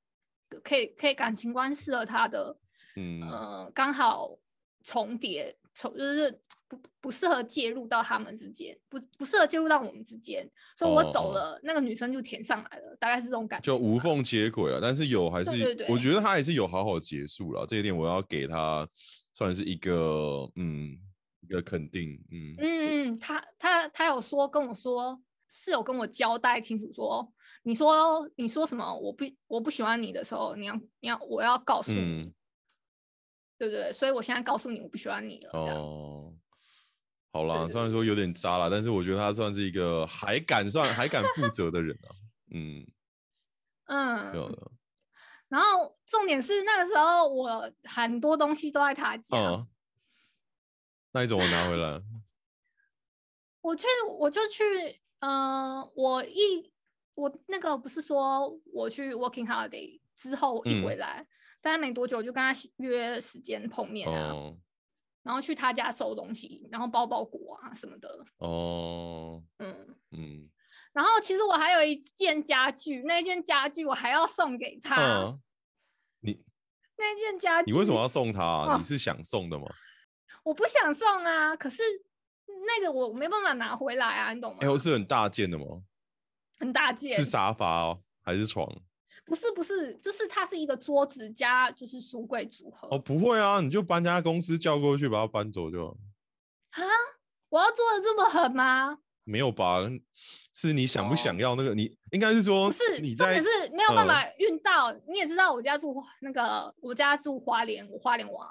Speaker 2: 可以可以感情观适合他的，
Speaker 1: 嗯
Speaker 2: 呃，刚好重叠，重就是不不适合介入到他们之间，不不适合介入到我们之间，所以我
Speaker 1: 哦
Speaker 2: 走
Speaker 1: 哦
Speaker 2: 了，那个女生就填上来了，大概是这种感觉，
Speaker 1: 就无缝接轨啊了，但是有还是
Speaker 2: 对对
Speaker 1: 我
Speaker 2: 对
Speaker 1: 觉得他还是有好好结束了，这一点我要给他算是一个嗯一个肯定，嗯
Speaker 2: 嗯，他他他有说跟我说，是有跟我交代清楚说，你说你说什么，我不我不喜欢你的时候，你要你要我要告诉你，
Speaker 1: 嗯
Speaker 2: 对不对？所以我现在告诉你，我不喜欢你了，这样子。
Speaker 1: 哦，好啦，
Speaker 2: 对
Speaker 1: 虽然说有点渣啦，但是我觉得他算是一个还敢算还敢负责的人啊， 嗯，有
Speaker 2: 嗯，
Speaker 1: 的，
Speaker 2: 然后重点是那个时候我很多东西都在他家，
Speaker 1: 嗯， 那你怎么拿回来？
Speaker 2: 我去我就去嗯、我一我那个不是说我去 working holiday 之后一
Speaker 1: 嗯
Speaker 2: 回来，大概没多久我就跟他约时间碰面啊，
Speaker 1: 哦
Speaker 2: 然后去他家收东西，然后包包裹啊什么的，
Speaker 1: 哦，
Speaker 2: 嗯。
Speaker 1: 嗯
Speaker 2: 然后其实我还有一件家具，那件家具我还要送给他。
Speaker 1: 嗯，
Speaker 2: 那件家具
Speaker 1: 你为什么要送他 啊？
Speaker 2: 哦
Speaker 1: 你是想送的吗？
Speaker 2: 我不想送啊？可是那个我没办法拿回来啊，你懂吗？
Speaker 1: 哎，是很大件的吗？
Speaker 2: 很大件，
Speaker 1: 是沙发哦，还是床？
Speaker 2: 不是不是，就是它是一个桌子加就是书柜组合。
Speaker 1: 哦，不会啊，你就把人家公司叫过去把它搬走就好。
Speaker 2: 我要做的这么狠吗？
Speaker 1: 没有吧？是你想不
Speaker 2: 哦
Speaker 1: 想要那个？你应该是说
Speaker 2: 不是，
Speaker 1: 你
Speaker 2: 重
Speaker 1: 在
Speaker 2: 点是没有办
Speaker 1: 嗯
Speaker 2: 法运到。你也知道我家住花那个，我家住花莲，我花莲王。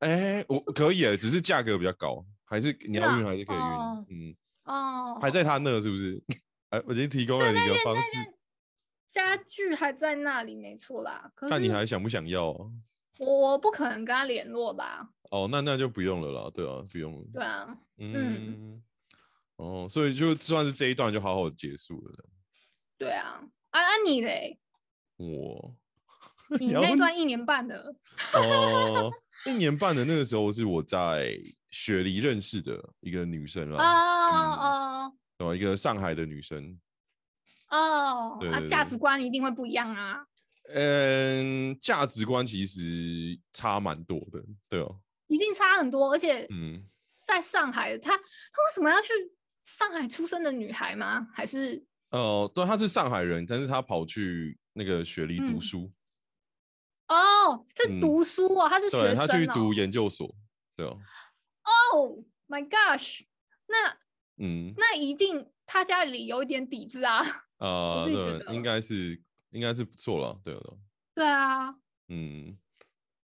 Speaker 1: 哎、我可以哎，只是价格比较高，还是你要
Speaker 2: 那
Speaker 1: 运还是可以运？
Speaker 2: 哦
Speaker 1: 嗯，
Speaker 2: 哦，
Speaker 1: 还在他那是不是？ 哎，我已经提供了你一个方式，
Speaker 2: 家具还在那里，没错啦。可
Speaker 1: 那
Speaker 2: 是
Speaker 1: 你还想不想要啊？
Speaker 2: 我我不可能跟他联络啦，
Speaker 1: 哦，那那就不用了啦，对啊，不用了。
Speaker 2: 对啊，
Speaker 1: 嗯，哦，所以就算是这一段就好好结束了。
Speaker 2: 对啊，啊啊你 嘞，
Speaker 1: 我
Speaker 2: 你
Speaker 1: 要
Speaker 2: 那
Speaker 1: 问
Speaker 2: 段一年半的，
Speaker 1: 哦，一年半的那个时候是我在雪梨认识的一个女生
Speaker 2: 哦
Speaker 1: 啦，
Speaker 2: 哦
Speaker 1: 哦，一个上海的女生，
Speaker 2: 哦
Speaker 1: 嗯对
Speaker 2: 啊，
Speaker 1: 对
Speaker 2: 价
Speaker 1: 对
Speaker 2: 值观一定会不一样啊，
Speaker 1: 嗯，价值观其实差蛮多的，对哦，
Speaker 2: 一定差很多。而且
Speaker 1: 嗯，
Speaker 2: 在上海，她她为什么要去上海出生的女孩吗？还是
Speaker 1: 哦，对，他是上海人，但是他跑去那个雪梨读
Speaker 2: 嗯
Speaker 1: 书，
Speaker 2: 哦
Speaker 1: 嗯
Speaker 2: 是读书啊？她是
Speaker 1: 对
Speaker 2: 学
Speaker 1: 他去
Speaker 2: 生哦
Speaker 1: 读研究所，对哦，
Speaker 2: Oh my gosh，那
Speaker 1: 嗯，
Speaker 2: 那一定她家里有一点底子啊，
Speaker 1: 啊，
Speaker 2: 自己觉
Speaker 1: 对，应
Speaker 2: 得
Speaker 1: 该是应该是不错了，对哦对哦，
Speaker 2: 对啊，
Speaker 1: 嗯，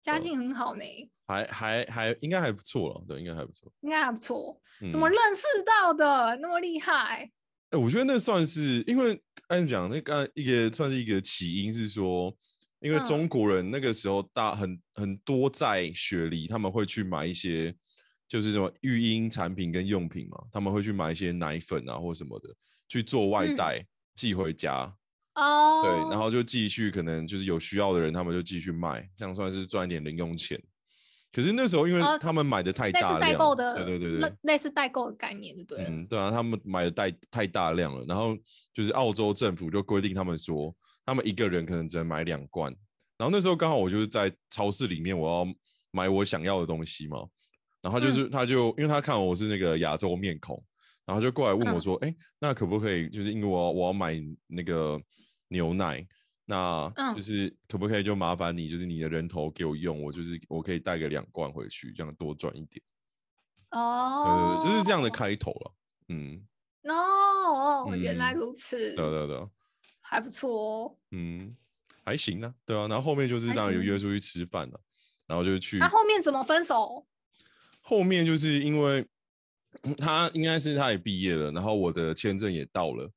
Speaker 2: 家
Speaker 1: 对
Speaker 2: 境很好呢。
Speaker 1: 还还还应该还不错了，对，应该还不错，
Speaker 2: 应该还不错。
Speaker 1: 嗯
Speaker 2: 怎么认识到的？那么厉害？
Speaker 1: 哎、我觉得那算是，因为按讲那个一个算是一个起因是说，因为
Speaker 2: 嗯
Speaker 1: 中国人那个时候大很很多在雪梨，他们会去买一些就是什么育婴产品跟用品嘛，他们会去买一些奶粉啊或什么的，去做外
Speaker 2: 嗯
Speaker 1: 带寄回家，
Speaker 2: 哦，
Speaker 1: 对，然后就寄去可能就是有需要的人，他们就继续卖，这样算是赚一点零用钱。可是那时候因为
Speaker 2: 哦
Speaker 1: 他们买的太
Speaker 2: 类
Speaker 1: 大
Speaker 2: 似代
Speaker 1: 量，
Speaker 2: 购的，
Speaker 1: 对对对对，
Speaker 2: 类类似代购的概念，对不对了？
Speaker 1: 嗯，对啊，他们买的太太大量了，然后就是澳洲政府就规定他们说，他们一个人可能只能买两罐。然后那时候刚好我就是在超市里面，我要买我想要的东西嘛。然后
Speaker 2: 嗯
Speaker 1: 他就是、他就因为他看我是那个亚洲面孔，然后就过来问我
Speaker 2: 嗯
Speaker 1: 说：“哎、那可不可以？就是因为我要我要买那个牛奶，那
Speaker 2: 嗯
Speaker 1: 就是可不可以就麻烦你，就是你的人头给我用，我就是我可以带个两罐回去，这样多赚一点。
Speaker 2: 哦，
Speaker 1: 对对对，就是这样的。开头了。嗯，
Speaker 2: 哦，原来
Speaker 1: 嗯
Speaker 2: 如此，
Speaker 1: 对啊对啊对啊。
Speaker 2: 还不错哦。
Speaker 1: 嗯，还行啊，对啊，然后后面就是
Speaker 2: 还
Speaker 1: 当然有
Speaker 2: 行
Speaker 1: 约出去吃饭了、然后就去、
Speaker 2: 那后面怎么分手？
Speaker 1: 后面就是因为嗯他应该是他也毕业了，然后我的签证也到了，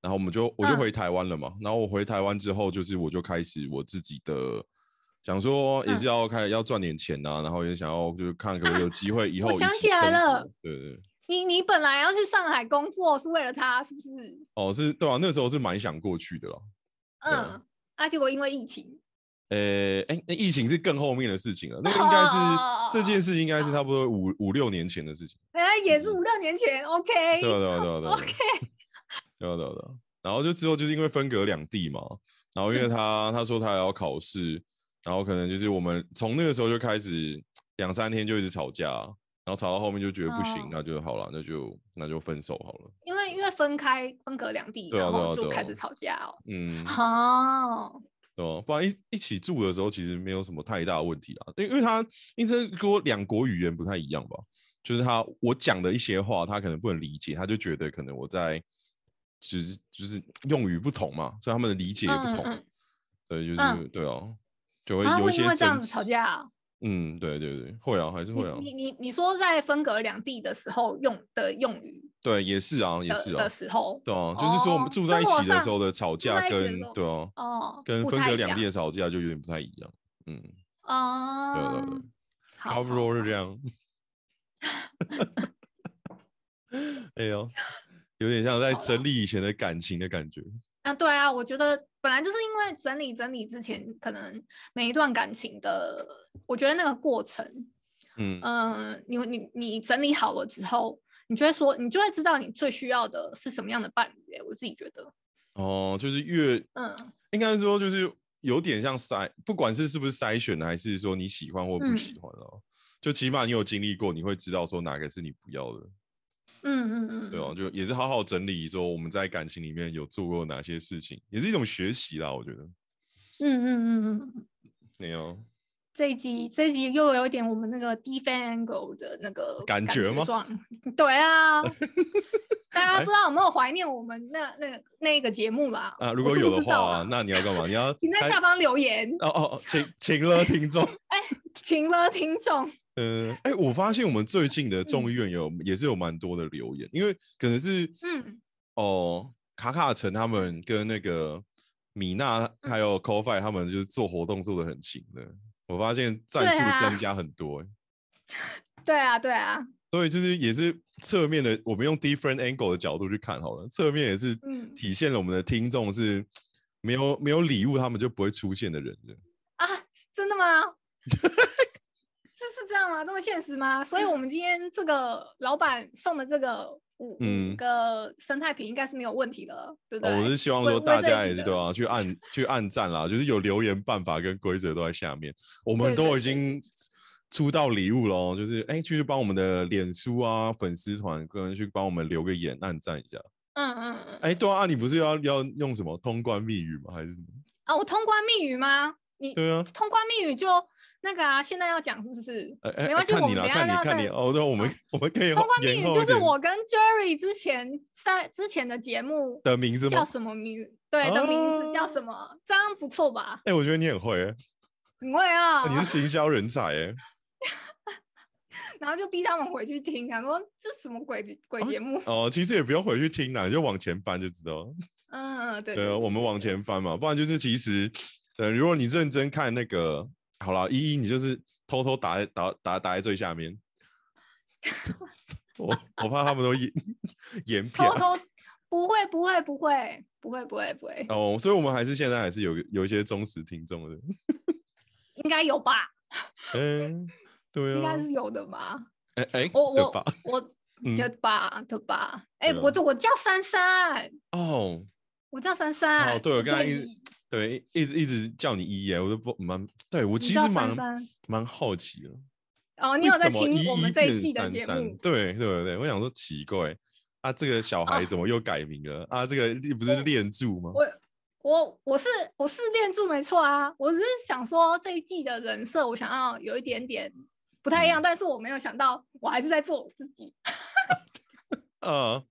Speaker 1: 然后我们就我就
Speaker 2: 嗯
Speaker 1: 回台湾了嘛，然后我回台湾之后，就是我就开始我自己的。想说
Speaker 2: 嗯
Speaker 1: 也是要开、要赚点钱呐、然后也想要就是看可不可以有机会以后
Speaker 2: 我
Speaker 1: 一
Speaker 2: 想
Speaker 1: 起
Speaker 2: 起来
Speaker 1: 生活
Speaker 2: 了，
Speaker 1: 对对对
Speaker 2: 你你本来要去上海工作是为了他，是不是？
Speaker 1: 哦是对啊，那时候是蛮想过去的啦，对啊
Speaker 2: 嗯，啊，结果因为疫情，
Speaker 1: 呃，哎、那疫情是更后面的事情了，那个
Speaker 2: 哦
Speaker 1: 应该
Speaker 2: 哦哦哦
Speaker 1: 是这件事应该是
Speaker 2: 哦
Speaker 1: 差不多五五六年前的事情，
Speaker 2: 哎，也是
Speaker 1: 嗯
Speaker 2: 五六年前，OK，
Speaker 1: 对啊对啊对啊对啊
Speaker 2: OK
Speaker 1: 对啊对啊对啊。然后就之后就是因为分隔两地嘛，然后因为
Speaker 2: 嗯
Speaker 1: 他他说他要考试，然后可能就是我们从那个时候就开始两三天就一直吵架，然后吵到后面就觉得不行，
Speaker 2: 哦
Speaker 1: 那就好了，那就那就分手好了，
Speaker 2: 因为因为分开分隔两地，
Speaker 1: 对啊
Speaker 2: 然
Speaker 1: 对啊
Speaker 2: 后就
Speaker 1: 对啊
Speaker 2: 开始吵架哦。
Speaker 1: 嗯，
Speaker 2: 哦，
Speaker 1: 对吧、不然一一起住的时候，其实没有什么太大的问题啊啦。因为因为他因为这跟我两国语言不太一样吧，就是他我讲的一些话，他可能不能理解，他就觉得可能我在就是就是用语不同嘛，所以他们的理解也不
Speaker 2: 嗯
Speaker 1: 同。
Speaker 2: 嗯
Speaker 1: 对，就是、
Speaker 2: 嗯
Speaker 1: 对啊，就会
Speaker 2: 啊，
Speaker 1: 有一
Speaker 2: 会
Speaker 1: 些
Speaker 2: 因为这
Speaker 1: 争
Speaker 2: 样子
Speaker 1: 执
Speaker 2: 吵架啊、
Speaker 1: 嗯，对对对，会啊，还是
Speaker 2: 你
Speaker 1: 会啊。
Speaker 2: 你你你说在分隔两地的时候用的用语
Speaker 1: 对，也是啊，也
Speaker 2: 的
Speaker 1: 是啊
Speaker 2: 的，时候，
Speaker 1: 对啊，就是说我们
Speaker 2: 哦
Speaker 1: 住在一
Speaker 2: 生活
Speaker 1: 起的
Speaker 2: 上
Speaker 1: 时候的吵
Speaker 2: 住在
Speaker 1: 架
Speaker 2: 一起的
Speaker 1: 跟
Speaker 2: 时候
Speaker 1: 对啊，
Speaker 2: 哦
Speaker 1: 跟
Speaker 2: 不
Speaker 1: 分
Speaker 2: 太
Speaker 1: 隔
Speaker 2: 一
Speaker 1: 两地
Speaker 2: 样
Speaker 1: 的吵架就有点不太一样。嗯，
Speaker 2: 哦
Speaker 1: 对啊对啊对啊。
Speaker 2: 好
Speaker 1: 差不
Speaker 2: 好
Speaker 1: 多是这样。哎呦，有点像在
Speaker 2: 好了
Speaker 1: 整理以前的感情的感觉。
Speaker 2: 啊，对啊，我觉得本来就是因为整理整理之前，可能每一段感情的，我觉得那个过程，
Speaker 1: 嗯，
Speaker 2: 嗯、你你你整理好了之后，你就会说，你就会知道你最需要的是什么样的伴侣欸、我自己觉得，
Speaker 1: 哦，就是越
Speaker 2: 嗯
Speaker 1: 应该说就是有点像筛，不管是是不是筛选的，还是说你喜欢或不
Speaker 2: 嗯
Speaker 1: 喜欢哦，就起码你有经历过，你会知道说哪个是你不要的，
Speaker 2: 嗯嗯嗯，
Speaker 1: 对哦，就也是好好整理说我们在感情里面有做过哪些事情，也是一种学习啦，我觉得。哎
Speaker 2: 嗯嗯嗯嗯。
Speaker 1: 没有，
Speaker 2: 这一集这一集又有一点我们那个 d e f e n d angle 的那个
Speaker 1: 感觉吗哎
Speaker 2: 状对 啊，大家不知道有没有怀念我们那那那个节目啦？
Speaker 1: 啊，
Speaker 2: 我
Speaker 1: 如果
Speaker 2: 是
Speaker 1: 有
Speaker 2: 不
Speaker 1: 的
Speaker 2: 知道
Speaker 1: 话，
Speaker 2: 啦
Speaker 1: 那你要干嘛？你 要
Speaker 2: 请在
Speaker 1: 开
Speaker 2: 下方留言，
Speaker 1: 哦哦，请请了听众。
Speaker 2: 请了听众。
Speaker 1: 嗯，哎、我发现我们最近
Speaker 2: 嗯
Speaker 1: 的众议院有、也是有蛮多的留言，因为可能是
Speaker 2: 嗯
Speaker 1: 哦，卡卡城他们跟那个米娜
Speaker 2: 嗯
Speaker 1: 还有 CoFi 他们就是做活动做的很勤的，我发现战
Speaker 2: 对
Speaker 1: 术
Speaker 2: 啊
Speaker 1: 增加很多、欸，
Speaker 2: 对啊，对啊，
Speaker 1: 所以就是也是侧面的，我们用 different angle 的角度去看好了，侧面也是
Speaker 2: 嗯
Speaker 1: 体现了我们的听众是没有没有礼物他们就不会出现的人的。
Speaker 2: 啊，真的吗？这是这样吗？这么现实吗？所以我们今天这个老板送的这个五
Speaker 1: 嗯
Speaker 2: 五个生态瓶应该是没有问题的，对不
Speaker 1: 哦，
Speaker 2: 对？
Speaker 1: 我是希望
Speaker 2: 为
Speaker 1: 说
Speaker 2: 为
Speaker 1: 大
Speaker 2: 这一
Speaker 1: 家
Speaker 2: 集
Speaker 1: 也是
Speaker 2: 的
Speaker 1: 对啊，去按去按赞啦，就是有留言办法跟规则都在下面，我们
Speaker 2: 对对
Speaker 1: 都已
Speaker 2: 对
Speaker 1: 经出到礼物喽，就是哎、去帮我们的脸书啊粉丝团，跟去帮我们留个言按赞一下。
Speaker 2: 嗯嗯嗯。
Speaker 1: 哎、对啊，你不是要要用什么通关密语吗？还是什么？
Speaker 2: 啊，我通关密语吗？你
Speaker 1: 对啊，
Speaker 2: 通关密语就那个啊，现在要讲是不是？
Speaker 1: 哎、哎、
Speaker 2: 没
Speaker 1: 哎
Speaker 2: 关系
Speaker 1: 看
Speaker 2: 我
Speaker 1: 你
Speaker 2: 们
Speaker 1: 啦，
Speaker 2: 等一
Speaker 1: 看
Speaker 2: 下
Speaker 1: 你
Speaker 2: 要
Speaker 1: 看你
Speaker 2: 再
Speaker 1: 哦，对，我们我们可以
Speaker 2: 通关密
Speaker 1: 延
Speaker 2: 语
Speaker 1: 后
Speaker 2: 就
Speaker 1: 一
Speaker 2: 是
Speaker 1: 点
Speaker 2: 我跟 Jerry 之前在之前的节目
Speaker 1: 的名字吗
Speaker 2: 叫？什么名？
Speaker 1: 哦
Speaker 2: 对的名字叫什么？这样不错吧？
Speaker 1: 哎、我觉得你很会、 欸，
Speaker 2: 很会啊。
Speaker 1: 哦你是行销人才哎、
Speaker 2: 然后就逼他们回去听，想说这什么鬼鬼节目？
Speaker 1: 哦，其实也不用回去听啦，你就往前翻就知道了。
Speaker 2: 嗯，嗯对对
Speaker 1: 呃，我们往前翻嘛，不然就是其实，呃，如果你认真看那个，好了，一一你就是偷偷打在打打打在最 下面，我我怕他们都演演
Speaker 2: 偷
Speaker 1: 票
Speaker 2: 偷不会不会不会不会不会不会，
Speaker 1: 哦，所以我们还是现在还是有个有一些忠实听众的，
Speaker 2: 应该有吧？
Speaker 1: 嗯，对
Speaker 2: 应
Speaker 1: 啊
Speaker 2: 该，是有的吧？
Speaker 1: 哎哎，
Speaker 2: 我
Speaker 1: 对
Speaker 2: 我
Speaker 1: 吧？
Speaker 2: 我
Speaker 1: 嗯
Speaker 2: 的吧的吧？哎，
Speaker 1: 对啊
Speaker 2: 我这我叫珊珊。
Speaker 1: 哦，
Speaker 2: 我叫珊珊。
Speaker 1: 哦，对，我刚才
Speaker 2: 对
Speaker 1: 一直对一直一直叫你一耶，我都不蛮，对我
Speaker 2: 你
Speaker 1: 其
Speaker 2: 叫
Speaker 1: 实
Speaker 2: 珊
Speaker 1: 蛮
Speaker 2: 珊
Speaker 1: 蛮好奇的，
Speaker 2: 哦，你
Speaker 1: 为
Speaker 2: 有在
Speaker 1: 什么
Speaker 2: 听我们
Speaker 1: 一
Speaker 2: 这一
Speaker 1: 变
Speaker 2: 季的
Speaker 1: 三
Speaker 2: 节
Speaker 1: 三
Speaker 2: 目？
Speaker 1: 对对对，我想说奇怪，啊，这个小孩
Speaker 2: 啊
Speaker 1: 怎么又改名了？啊，这个不是练柱吗？
Speaker 2: 我我我是我是练住没错啊，我只是想说这一季的人设我想要有一点点不太一
Speaker 1: 嗯
Speaker 2: 样，但是我没有想到我还是在做我自己。
Speaker 1: 啊，
Speaker 2: 哦，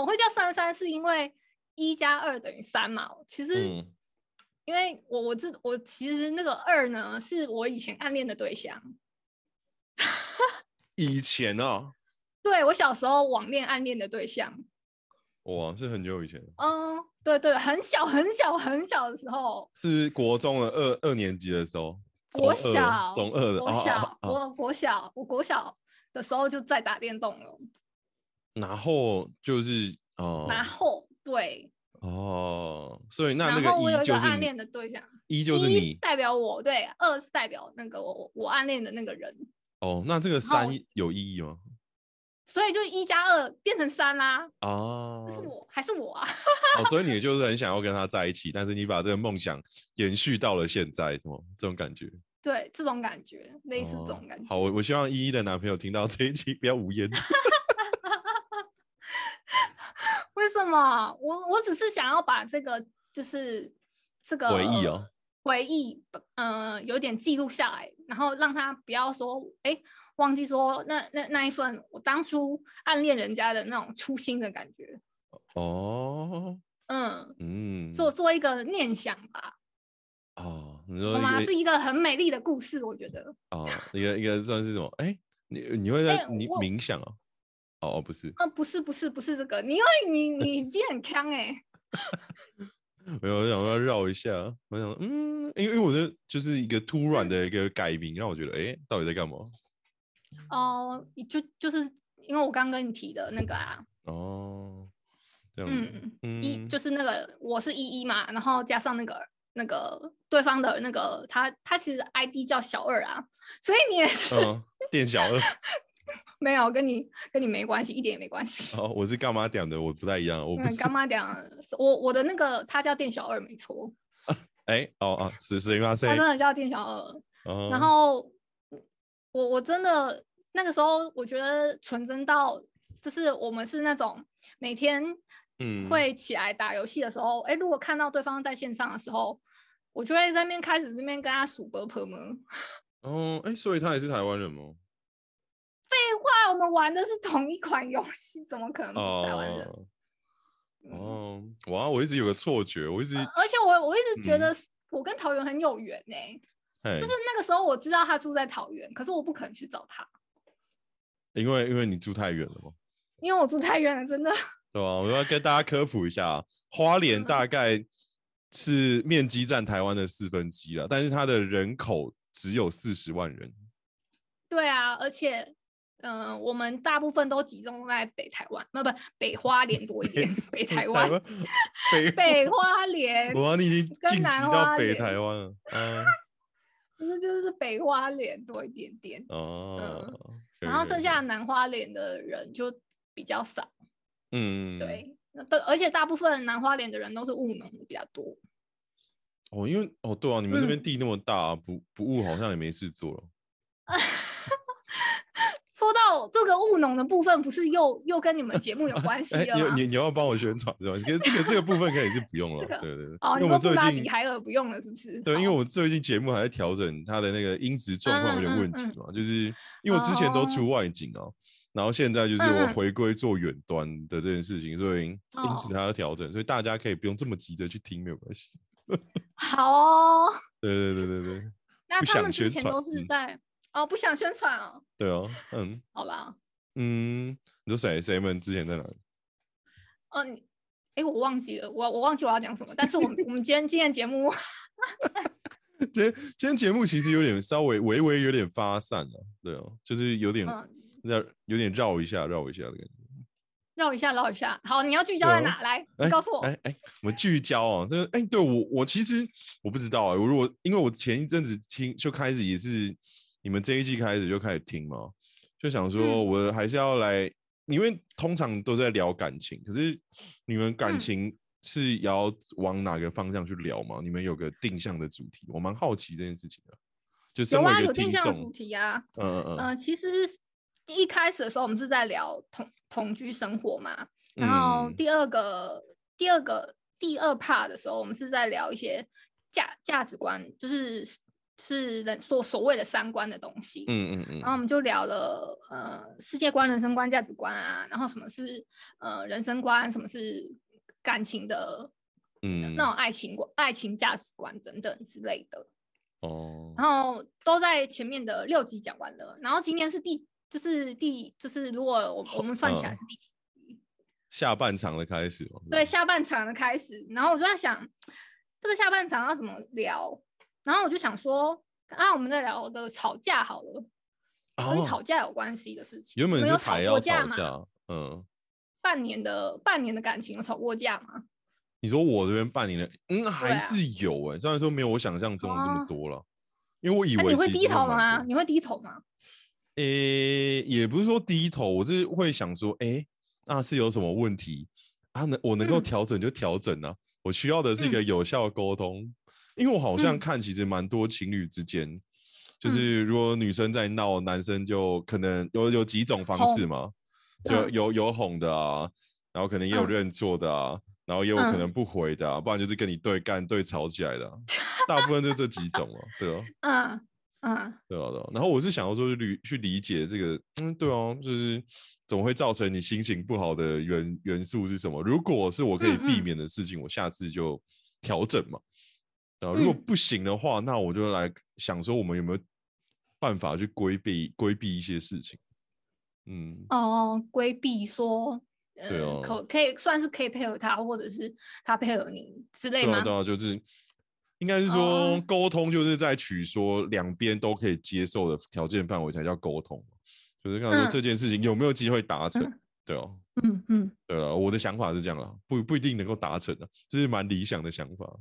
Speaker 2: 我会叫珊珊是因为一加二等于三嘛，其实。
Speaker 1: 嗯
Speaker 2: 因为我我自我其实那个二呢，是我以前暗恋的对象，
Speaker 1: 以前啊，
Speaker 2: 对我小时候网恋暗恋的对象，
Speaker 1: 哇，是很久以前，
Speaker 2: 嗯，对对，很小很小很小的时候，
Speaker 1: 是国中的二二年级的时候，
Speaker 2: 国
Speaker 1: 中二
Speaker 2: 小
Speaker 1: 中二的，
Speaker 2: 国
Speaker 1: 哦
Speaker 2: 小，
Speaker 1: 哦哦哦
Speaker 2: 我国小，我国小的时候就在打电动了，
Speaker 1: 然后就是哦
Speaker 2: 然后对，
Speaker 1: 哦，所以那那
Speaker 2: 然后我有
Speaker 1: 个
Speaker 2: 一
Speaker 1: 一就
Speaker 2: 个
Speaker 1: 是
Speaker 2: 暗
Speaker 1: 你
Speaker 2: 恋的对象，
Speaker 1: 一就是
Speaker 2: 一
Speaker 1: 你
Speaker 2: 代表我，对，二是代表那个我我暗恋的那个人，
Speaker 1: 哦，那这个
Speaker 2: 后
Speaker 1: 三
Speaker 2: 我
Speaker 1: 有意义吗？
Speaker 2: 所以就一加二变成三啦，
Speaker 1: 啊，
Speaker 2: 是我还是我啊？
Speaker 1: 哦，所以你就是很想要跟他在一起，但是你把这个梦想延续到了现在，什么这种感觉？
Speaker 2: 对，这种感觉，类似这
Speaker 1: 哦
Speaker 2: 种感觉。
Speaker 1: 好，我我希望依依的男朋友听到这一期不要无言。
Speaker 2: 为什么？我我只是想要把这个就是这个
Speaker 1: 回忆哦，
Speaker 2: 回忆，呃，有点记录下来，然后让他不要说，哎，忘记说那那那一份我当初暗恋人家的那种初心的感觉，
Speaker 1: 哦，
Speaker 2: 嗯，
Speaker 1: 嗯，
Speaker 2: 做做一个念想吧，
Speaker 1: 哦，你
Speaker 2: 好
Speaker 1: 说
Speaker 2: 吗？
Speaker 1: 一
Speaker 2: 是
Speaker 1: 个
Speaker 2: 一个很美丽的故事，我觉得，
Speaker 1: 哦，一个一个算是什么？哎，你你会在
Speaker 2: 哎
Speaker 1: 你
Speaker 2: 我
Speaker 1: 冥想哦？哦哦，不是，
Speaker 2: 啊，不是不是不是这个，你因为你你已经很强哎、
Speaker 1: 没有，我想要绕一下，我想，嗯，因为因为我这就是一个突然的一个改名，让我觉得，哎，到底在干嘛？
Speaker 2: 哦，就就是因为我刚跟你提的那个啊，
Speaker 1: 哦，这样子，
Speaker 2: 嗯，一
Speaker 1: 嗯，
Speaker 2: 就是那个我是一一嘛，然后加上那个那个对方的那个他他其实 ID 叫小二啊，所以你也 是、
Speaker 1: 嗯，店小二，
Speaker 2: 没有跟你跟你没关系，一点也没关系。
Speaker 1: 哦，我是干嘛点的？我不太一样，我不
Speaker 2: 嗯，
Speaker 1: 是，
Speaker 2: 干妈讲，我我的那个他叫店小二没错，
Speaker 1: 哎，哦啊，是是因为谁
Speaker 2: 他真？的叫店小二。
Speaker 1: 然
Speaker 2: 然后我我真的那个时候，我觉得纯真到，就是我们是那种每天
Speaker 1: 嗯
Speaker 2: 会起来打游戏的时候，哎、如果看到对方在线上的时候，我就会在那边开始这边跟他数 b u r p e 们。
Speaker 1: 哦，哎，所以他也是台湾人吗？
Speaker 2: 哇，我们玩的是同一款游戏，怎么可能不是台湾人？
Speaker 1: 哦
Speaker 2: 嗯
Speaker 1: 哦，哇，我一直有个错觉，我一直
Speaker 2: 呃而且我我一直觉
Speaker 1: 嗯
Speaker 2: 得是我跟桃园很有缘呢、
Speaker 1: 哎
Speaker 2: 就是，那个时候我知道他住在桃园，可是我不可能去找他，
Speaker 1: 因为因为你住太远了嘛。
Speaker 2: 因为我住太远了，真的。
Speaker 1: 对吧、我要跟大家科普一下，啊花莲大概是面积占台湾的四分之一了，但是它的人口只有四十万人。
Speaker 2: 对啊，而且，嗯、我们大部分都集中在北台湾，呃不不，北花莲多一 点，北台湾，
Speaker 1: 北
Speaker 2: 北花莲，
Speaker 1: 哇，你已经
Speaker 2: 跟
Speaker 1: 晋级
Speaker 2: 南
Speaker 1: 到
Speaker 2: 花
Speaker 1: 北
Speaker 2: 莲嗯
Speaker 1: 台湾了。啊
Speaker 2: 不是就是北花莲多一点点，
Speaker 1: 哦，嗯可以
Speaker 2: 然后
Speaker 1: 可以
Speaker 2: 剩
Speaker 1: 可
Speaker 2: 下
Speaker 1: 以
Speaker 2: 南花莲的人就比较少，
Speaker 1: 嗯，
Speaker 2: 对，那都而且大部分南花莲的人都是务农的比较多，
Speaker 1: 哦，因为哦对啊，你们那边
Speaker 2: 嗯
Speaker 1: 地那么大，啊不不务好像也没事做了。
Speaker 2: 说到这个务农的部分，不是又又跟你们节目有关系
Speaker 1: 哎，
Speaker 2: 了
Speaker 1: 你
Speaker 2: 吗？
Speaker 1: 你你要帮我宣传是吧？可是这个这个部分可以是不用 了
Speaker 2: 这，个
Speaker 1: 对对对。
Speaker 2: 哦，
Speaker 1: 因为
Speaker 2: 你说
Speaker 1: 我们最
Speaker 2: 布拉
Speaker 1: 近
Speaker 2: 比海尔不用了是不是？
Speaker 1: 对，因为
Speaker 2: 好
Speaker 1: 我最近节目还在调整它的那个音质状况有点
Speaker 2: 嗯嗯
Speaker 1: 问题
Speaker 2: 嗯
Speaker 1: 嘛，就是因为我之前都出外景啊，然后现在就是
Speaker 2: 嗯
Speaker 1: 我
Speaker 2: 嗯
Speaker 1: 回归做远端的这件事情，所以音
Speaker 2: 哦
Speaker 1: 质还要调整，所以大家可以不用这么急着去听，没有关系。
Speaker 2: 好哦，
Speaker 1: 对对对对对
Speaker 2: 那
Speaker 1: 不
Speaker 2: 他
Speaker 1: 想
Speaker 2: 们之
Speaker 1: 宣
Speaker 2: 前
Speaker 1: 传
Speaker 2: 都是
Speaker 1: 嗯
Speaker 2: 在、哦不想宣传哦，
Speaker 1: 对哦，嗯
Speaker 2: 好吧，
Speaker 1: 嗯，你说谁谁们之前在哪里？
Speaker 2: 哦你，哎我忘记了，我我忘记我要讲什么，但是我们我们今天今天节 目
Speaker 1: 今天今天节目其实有点稍微微微有点发散了、对哦，就是有点
Speaker 2: 嗯
Speaker 1: 绕、有点绕一下绕一下的感觉。
Speaker 2: 绕一下绕一下，好，你要聚焦在
Speaker 1: 对哦
Speaker 2: 哪？来，
Speaker 1: 哎
Speaker 2: 你告诉我，
Speaker 1: 哎哎，我们聚焦啊，这个哎，对我我其实我不知道哎、我如果因为我前一阵子听就开始也是你们这一季开始就开始听嘛，就想说
Speaker 2: 嗯
Speaker 1: 我还是要来，因为通常都在聊感情，可是你们感
Speaker 2: 嗯
Speaker 1: 情是要往哪个方向去聊嘛？你们有个定向的主题，我蛮好奇这件事情的。就身
Speaker 2: 有
Speaker 1: 为
Speaker 2: 啊
Speaker 1: 一
Speaker 2: 有
Speaker 1: 个
Speaker 2: 定
Speaker 1: 听
Speaker 2: 向
Speaker 1: 众，
Speaker 2: 的主题啊，
Speaker 1: 嗯嗯嗯，
Speaker 2: 呃，其实一开始的时候我们是在聊同同居生活嘛，然后
Speaker 1: 嗯
Speaker 2: 第二个、第二个第二 part 的时候，我们是在聊一些价价值观，就是就是人所所谓的三观的东西，
Speaker 1: 嗯嗯
Speaker 2: 然后我
Speaker 1: 嗯，
Speaker 2: 们就聊了呃世界观、人生观、价值观啊，然后什么是呃人生观，什么是感情的
Speaker 1: 嗯
Speaker 2: 那种爱情观、爱情价值观等等之类的。
Speaker 1: 哦，
Speaker 2: 然后都在前面的六集讲完了，然后今天是第就是第就是如果我我们算起来
Speaker 1: 嗯
Speaker 2: 是第
Speaker 1: 下半场的开始嘛，
Speaker 2: 对下半场的开始，然后我就在想这个下半场要怎么聊，然后我就想说啊我们在聊的吵架好了，跟
Speaker 1: 哦
Speaker 2: 吵架有关系的事情，
Speaker 1: 原本
Speaker 2: 你们
Speaker 1: 是
Speaker 2: 有吵
Speaker 1: 还要
Speaker 2: 过
Speaker 1: 吵
Speaker 2: 吗？
Speaker 1: 架，嗯。
Speaker 2: 半年的半年的感情有吵过架吗？
Speaker 1: 你说我这边半年的，嗯，还
Speaker 2: 啊
Speaker 1: 是有哎、虽然说没有我想象中的这么
Speaker 2: 哦
Speaker 1: 多了，因为我以
Speaker 2: 那、啊
Speaker 1: 为、
Speaker 2: 你会低头吗？？你会低头吗？
Speaker 1: 诶、也不是说低头，我是会想说，诶、那是有什么问题啊？能我能够
Speaker 2: 嗯
Speaker 1: 调整就调整啊，我需要的是一
Speaker 2: 嗯
Speaker 1: 个有效的沟通，因为我好像
Speaker 2: 嗯
Speaker 1: 看其实蛮多情侣之间。就
Speaker 2: 嗯
Speaker 1: 是如果女生在闹，男生就可能有有几种方式
Speaker 2: 哄
Speaker 1: 嘛，就
Speaker 2: 嗯
Speaker 1: 有有哄的啊，然后可能也有
Speaker 2: 嗯
Speaker 1: 认错的啊，然后也有可
Speaker 2: 嗯
Speaker 1: 能不回的啊，不然就是跟你对干对吵起 来的啊，大部分就这几种哦，对啊。
Speaker 2: 嗯嗯
Speaker 1: 对啊，对啊。然后我是想要说去理去理解这个，嗯，对啊，就是总会造成你心情不好的元元素是什么？如果是我可以
Speaker 2: 嗯
Speaker 1: 避
Speaker 2: 嗯
Speaker 1: 免的事情，我下次就调整嘛。然后如果
Speaker 2: 嗯
Speaker 1: 不行的话，那我就来想说我们有没有办法去规避规避一些事情。嗯，
Speaker 2: 哦，规避说。
Speaker 1: 对
Speaker 2: 呃，
Speaker 1: 哦
Speaker 2: 可可以算是可以配合他，或者是他配合你之类
Speaker 1: 对
Speaker 2: 吗
Speaker 1: 啊，？对啊，就是应该是说
Speaker 2: 哦
Speaker 1: 沟通，就是在取说两边都可以接受的条件范围才叫沟通嘛。就是刚才说
Speaker 2: 嗯
Speaker 1: 这件事情有没有机会达成？
Speaker 2: 嗯
Speaker 1: 对哦，
Speaker 2: 嗯嗯，
Speaker 1: 对了，我的想法是这样啦，不不一定能够达成的，这是蛮理想的想法。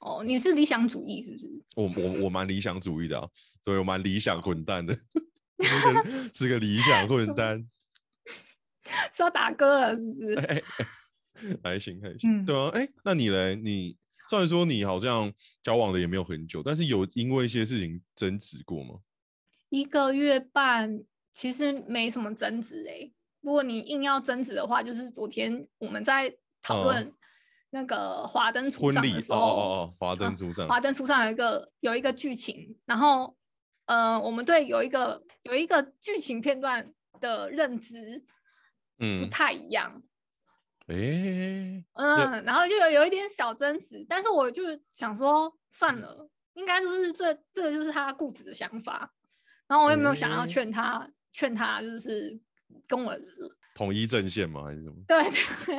Speaker 2: 哦，你是理想主义是 不是？
Speaker 1: 我我我蛮理想主义的、啊，所以我蛮理想混蛋的，是 个是个理想混蛋，
Speaker 2: 是要打歌了是不是？
Speaker 1: 哎还行还行。
Speaker 2: 嗯
Speaker 1: 对啊，哎、那你嘞？你虽然说你好像交往的也没有很久，但是有因为一些事情争执过吗？
Speaker 2: 一个月半其实没什么争执诶、如果你硬要争执的话，就是昨天我们在讨
Speaker 1: 嗯
Speaker 2: 论那个《华灯初
Speaker 1: 婚
Speaker 2: 上》
Speaker 1: 礼
Speaker 2: 的时
Speaker 1: 哦
Speaker 2: 候，
Speaker 1: 哦哦，华灯
Speaker 2: 啊
Speaker 1: 初上，
Speaker 2: 华灯初上》有一个有一个剧情，然后呃，我们对有一个有一个剧情片段的认知不
Speaker 1: 嗯，
Speaker 2: 太一样，
Speaker 1: 哎、
Speaker 2: 嗯，然后就有有一点小争执，但是我就想说
Speaker 1: 嗯
Speaker 2: 算了，应该就是这这个就是他固执的想法，然后我也没有想要
Speaker 1: 嗯
Speaker 2: 劝他，劝他就是跟我
Speaker 1: 统一阵线吗？还是什么？
Speaker 2: 对对，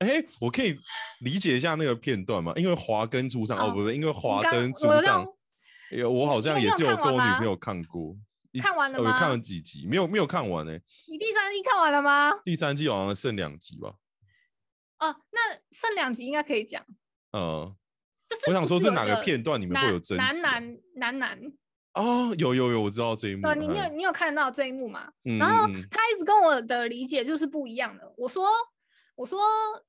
Speaker 1: 哎、我可以理解一下那个片段吗？因为华灯初上，哦，
Speaker 2: 哦
Speaker 1: 不是，因为华
Speaker 2: 刚
Speaker 1: 灯
Speaker 2: 我
Speaker 1: 初
Speaker 2: 有
Speaker 1: 上
Speaker 2: 让，
Speaker 1: 哎我好像
Speaker 2: 你
Speaker 1: 也
Speaker 2: 有
Speaker 1: 是有
Speaker 2: 看完
Speaker 1: 跟我女
Speaker 2: 吗
Speaker 1: 朋友看过，一
Speaker 2: 看完了
Speaker 1: 呃有看
Speaker 2: 吗
Speaker 1: 了几集，没有没有看完呢、欸
Speaker 2: 你第三季看完了吗？
Speaker 1: 第三季好像剩两集吧，
Speaker 2: 哦，那剩两集应该可以讲，
Speaker 1: 嗯，
Speaker 2: 就是
Speaker 1: 我想
Speaker 2: 不
Speaker 1: 说
Speaker 2: 是
Speaker 1: 是
Speaker 2: 有
Speaker 1: 哪
Speaker 2: 一
Speaker 1: 个片段你们会
Speaker 2: 男
Speaker 1: 有争执啊？
Speaker 2: 男男男男，
Speaker 1: 哦，有有有，我知道这一幕
Speaker 2: 对，啊
Speaker 1: 了，
Speaker 2: 你你有
Speaker 1: 嗨
Speaker 2: 你有看到这一幕吗？
Speaker 1: 嗯
Speaker 2: 然后
Speaker 1: 嗯嗯
Speaker 2: 他一直跟我的理解就是不一样的。我说我说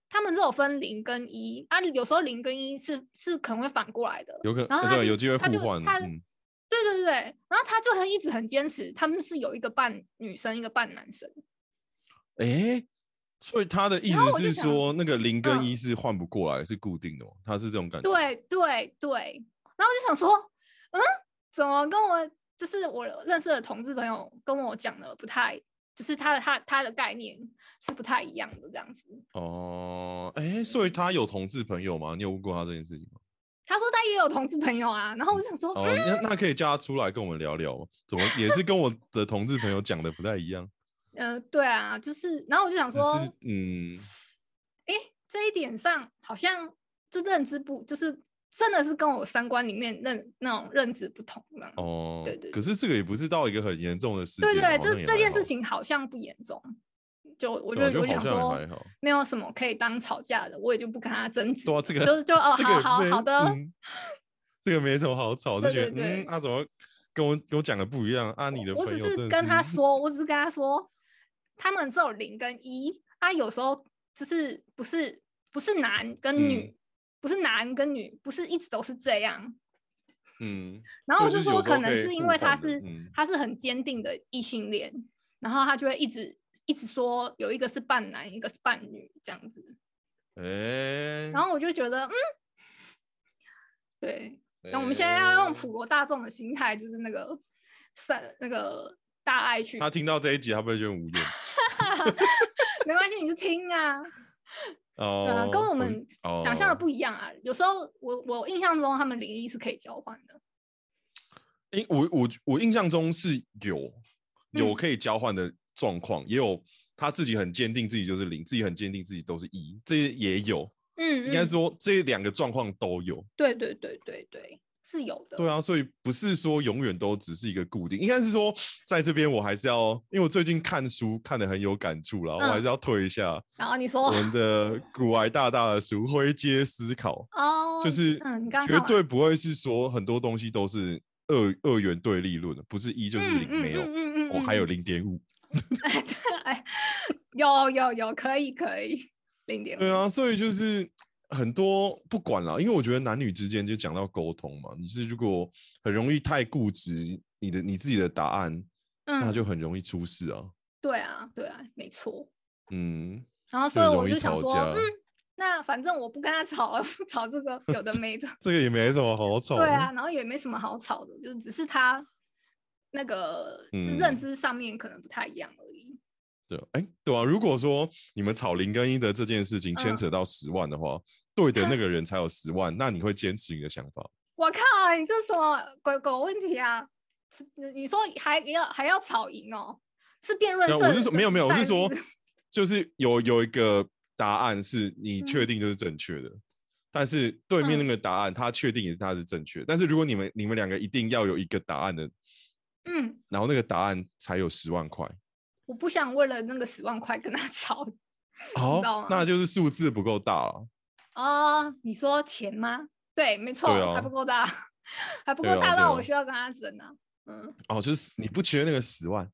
Speaker 2: 他们这有分零跟一啊，有时候零跟一是是可能会反过来的。
Speaker 1: 有可能，
Speaker 2: 然后
Speaker 1: 呃
Speaker 2: 他
Speaker 1: 对，
Speaker 2: 就
Speaker 1: 有机会
Speaker 2: 他就
Speaker 1: 互换，
Speaker 2: 他
Speaker 1: 嗯，
Speaker 2: 对对对，然后他就很一直很坚持，他们是有一个半女生，一个半男生。
Speaker 1: 哎、所以他的意
Speaker 2: 然后我
Speaker 1: 思
Speaker 2: 就是想
Speaker 1: 说，那个零跟
Speaker 2: 嗯
Speaker 1: 一是换不过来，是固定的吗？他是这种感觉，
Speaker 2: 对对对，然后我就想说，嗯，怎么跟我就是我认识的同志朋友跟我讲的不太，就是他的他他的概念是不太一样的这样子。
Speaker 1: 哦，哎，所以他有同志朋友吗？你有问过他这件事情吗？
Speaker 2: 他说他也有同志朋友啊，然后我就想说，
Speaker 1: 哦，那那可以叫他出来跟我们聊聊吗？怎么也是跟我的同志朋友讲的不太一样，
Speaker 2: 呃，对啊，就是，然后我就想
Speaker 1: 只
Speaker 2: 说，
Speaker 1: 是嗯，
Speaker 2: 诶，这一点上好像就认知不，就是真的是跟我三观里面认那种认知不同这样。
Speaker 1: 哦，
Speaker 2: 对对
Speaker 1: 可是这个也不是到一个很严重的事情，
Speaker 2: 对对对，
Speaker 1: 好像
Speaker 2: 这
Speaker 1: 也
Speaker 2: 这
Speaker 1: 还
Speaker 2: 件
Speaker 1: 好
Speaker 2: 事，情好像不严重，就我就
Speaker 1: 对啊就
Speaker 2: 我
Speaker 1: 好
Speaker 2: 想
Speaker 1: 像也
Speaker 2: 说
Speaker 1: 还好，
Speaker 2: 没有什么可以当吵架的，我也就不跟他争执
Speaker 1: 对啊
Speaker 2: 了，
Speaker 1: 这个
Speaker 2: 就就哦，
Speaker 1: 这
Speaker 2: 好
Speaker 1: 个
Speaker 2: 好
Speaker 1: 没
Speaker 2: 好的，
Speaker 1: 嗯这个没什么好吵，就
Speaker 2: 对
Speaker 1: 觉得
Speaker 2: 对对
Speaker 1: 嗯，他怎么跟我跟我讲的不一样啊？你的
Speaker 2: 我
Speaker 1: 朋
Speaker 2: 只
Speaker 1: 友真
Speaker 2: 是
Speaker 1: 的
Speaker 2: 跟他
Speaker 1: 是
Speaker 2: 说，我只是跟他说，他们只有零跟一啊，有时候就是不是不是男跟女，不是男跟女，不是一直都是这样。
Speaker 1: 嗯，
Speaker 2: 然后我
Speaker 1: 所
Speaker 2: 就
Speaker 1: 以就是
Speaker 2: 说，
Speaker 1: 有时候
Speaker 2: 可能
Speaker 1: 可以
Speaker 2: 是因
Speaker 1: 互
Speaker 2: 为他
Speaker 1: 换的
Speaker 2: 是、
Speaker 1: 嗯
Speaker 2: 他是很坚定的异性恋，然后他就会一直一直说有一个是半男，一个是半女这样子。嗯
Speaker 1: 哎，
Speaker 2: 然后我就觉得，嗯，对，那我们现在要用普罗大众的心态，就是那个善那个大爱去
Speaker 1: 他听到这一集，他不会觉得很无言
Speaker 2: 没关系，你就听 啊， 对啊
Speaker 1: 哦，
Speaker 2: 跟我们想象的
Speaker 1: 哦
Speaker 2: 不一样啊。有时候我我印象中他们零一是可以交换的，
Speaker 1: 因我我我印象中是有有
Speaker 2: 嗯
Speaker 1: 可以交换的状况，也有他自己很坚定自己就是零，自己很坚定自己都是一，这些也有，
Speaker 2: 嗯，
Speaker 1: 应该
Speaker 2: 嗯
Speaker 1: 说这两个状况都有。
Speaker 2: 对对对对对，是有的，
Speaker 1: 对啊，所以不是说永远都只是一个固定，应该是说在这边我还是要，因为我最近看书看的很有感触啦，我还
Speaker 2: 嗯
Speaker 1: 是要推一下
Speaker 2: 然后你说
Speaker 1: 我们的古癌大大的书《灰阶思考》。
Speaker 2: 哦，
Speaker 1: 就是
Speaker 2: 嗯，你刚刚
Speaker 1: 绝
Speaker 2: 看完
Speaker 1: 对不会是说很多东西都是二二元对立论的，不是一就是
Speaker 2: 嗯
Speaker 1: 零，
Speaker 2: 嗯嗯
Speaker 1: 没有，
Speaker 2: 嗯嗯，
Speaker 1: 我还有
Speaker 2: 嗯，
Speaker 1: 零点五。
Speaker 2: 哎，有有有，可以可以，零点
Speaker 1: 对，啊，所以就是很多不管啦，因为我觉得男女之间就讲到沟通嘛，你是如果很容易太固执，你的你自己的答案，那
Speaker 2: 嗯，
Speaker 1: 就很容易出事啊。
Speaker 2: 对啊对啊，没错。
Speaker 1: 嗯，
Speaker 2: 然后
Speaker 1: 就
Speaker 2: 所以
Speaker 1: 很
Speaker 2: 我
Speaker 1: 容易
Speaker 2: 就想
Speaker 1: 吵
Speaker 2: 说，
Speaker 1: 架
Speaker 2: 嗯，那反正我不跟他吵了， 吵这个有 的没的，
Speaker 1: 这个也没什么好吵。
Speaker 2: 对啊，，然后也没什么好吵的，就只是他那个就是认
Speaker 1: 嗯
Speaker 2: 知上面可能不太一样而已。
Speaker 1: 对啊，哎，对啊，如果说你们吵零跟一的这件事情牵
Speaker 2: 嗯
Speaker 1: 扯到十万的话，对的那个人才有十万，那你会坚持你的想法吗？
Speaker 2: 我靠，你这什么鬼狗问题啊？是你你说还要还要吵赢哦？是辩论
Speaker 1: 对啊，
Speaker 2: 社？
Speaker 1: 我是说没有没有，我
Speaker 2: 赛
Speaker 1: 是说
Speaker 2: 不
Speaker 1: 就是有有一个答案是你确
Speaker 2: 嗯
Speaker 1: 定就是正确的，但是对面那个答案他确定也是他是正确，但是如果你们你们两个一定要有一个答案的
Speaker 2: 嗯，
Speaker 1: 然后那个答案才有十万块。
Speaker 2: 我不想为了那个十万块跟他 吵。
Speaker 1: 好
Speaker 2: 哦知道吗，
Speaker 1: 那就是数字不够大了。
Speaker 2: 哦，你说钱吗？对，没错，
Speaker 1: 对啊
Speaker 2: 还不够大， 还不够
Speaker 1: 对啊
Speaker 2: 大
Speaker 1: 对
Speaker 2: 到
Speaker 1: 啊
Speaker 2: 我需要跟他争啊。嗯，
Speaker 1: 哦，就是你不缺那个十万，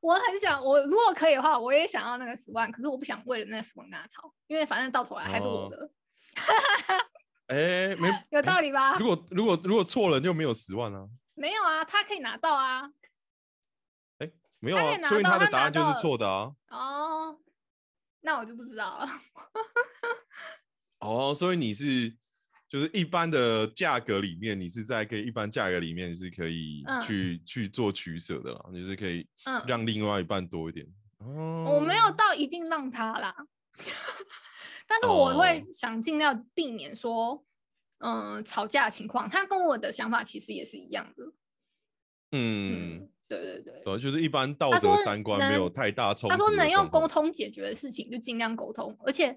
Speaker 2: 我很想，我如果可以的话，我也想要那个十万，可是我不想为了那十万跟他吵，因为反正到头来还是我
Speaker 1: 哦
Speaker 2: 的，
Speaker 1: 哎，没
Speaker 2: 有道
Speaker 1: 理。
Speaker 2: 理吧？
Speaker 1: 如果如果如果错了就没有十万啊，
Speaker 2: 没有啊，他可以拿到啊。
Speaker 1: 没有
Speaker 2: 他也
Speaker 1: 啊，
Speaker 2: 拿
Speaker 1: 所以
Speaker 2: 到
Speaker 1: 他的
Speaker 2: 他
Speaker 1: 答
Speaker 2: 拿
Speaker 1: 案就
Speaker 2: 到
Speaker 1: 是
Speaker 2: 了
Speaker 1: 错的啊。
Speaker 2: 哦，那我就不知道了。
Speaker 1: 哦，所以你是就是一般的价格里面，你是在可以一般价格里面是可以
Speaker 2: 嗯
Speaker 1: 去、去做取舍的啦，你是可以
Speaker 2: 嗯，
Speaker 1: 让另外一半多一点。哦，
Speaker 2: 我没有到一定让他啦， 但是我
Speaker 1: 哦
Speaker 2: 会想尽量避免说，嗯、吵架的情况。他跟我的想法其实也是一样的。
Speaker 1: 嗯，
Speaker 2: 嗯，对对对。
Speaker 1: 对，就是一般道
Speaker 2: 他
Speaker 1: 德
Speaker 2: 说
Speaker 1: 三观没有
Speaker 2: 能
Speaker 1: 太大冲突。
Speaker 2: 他说能用沟，通解决的事情就尽量沟通，而且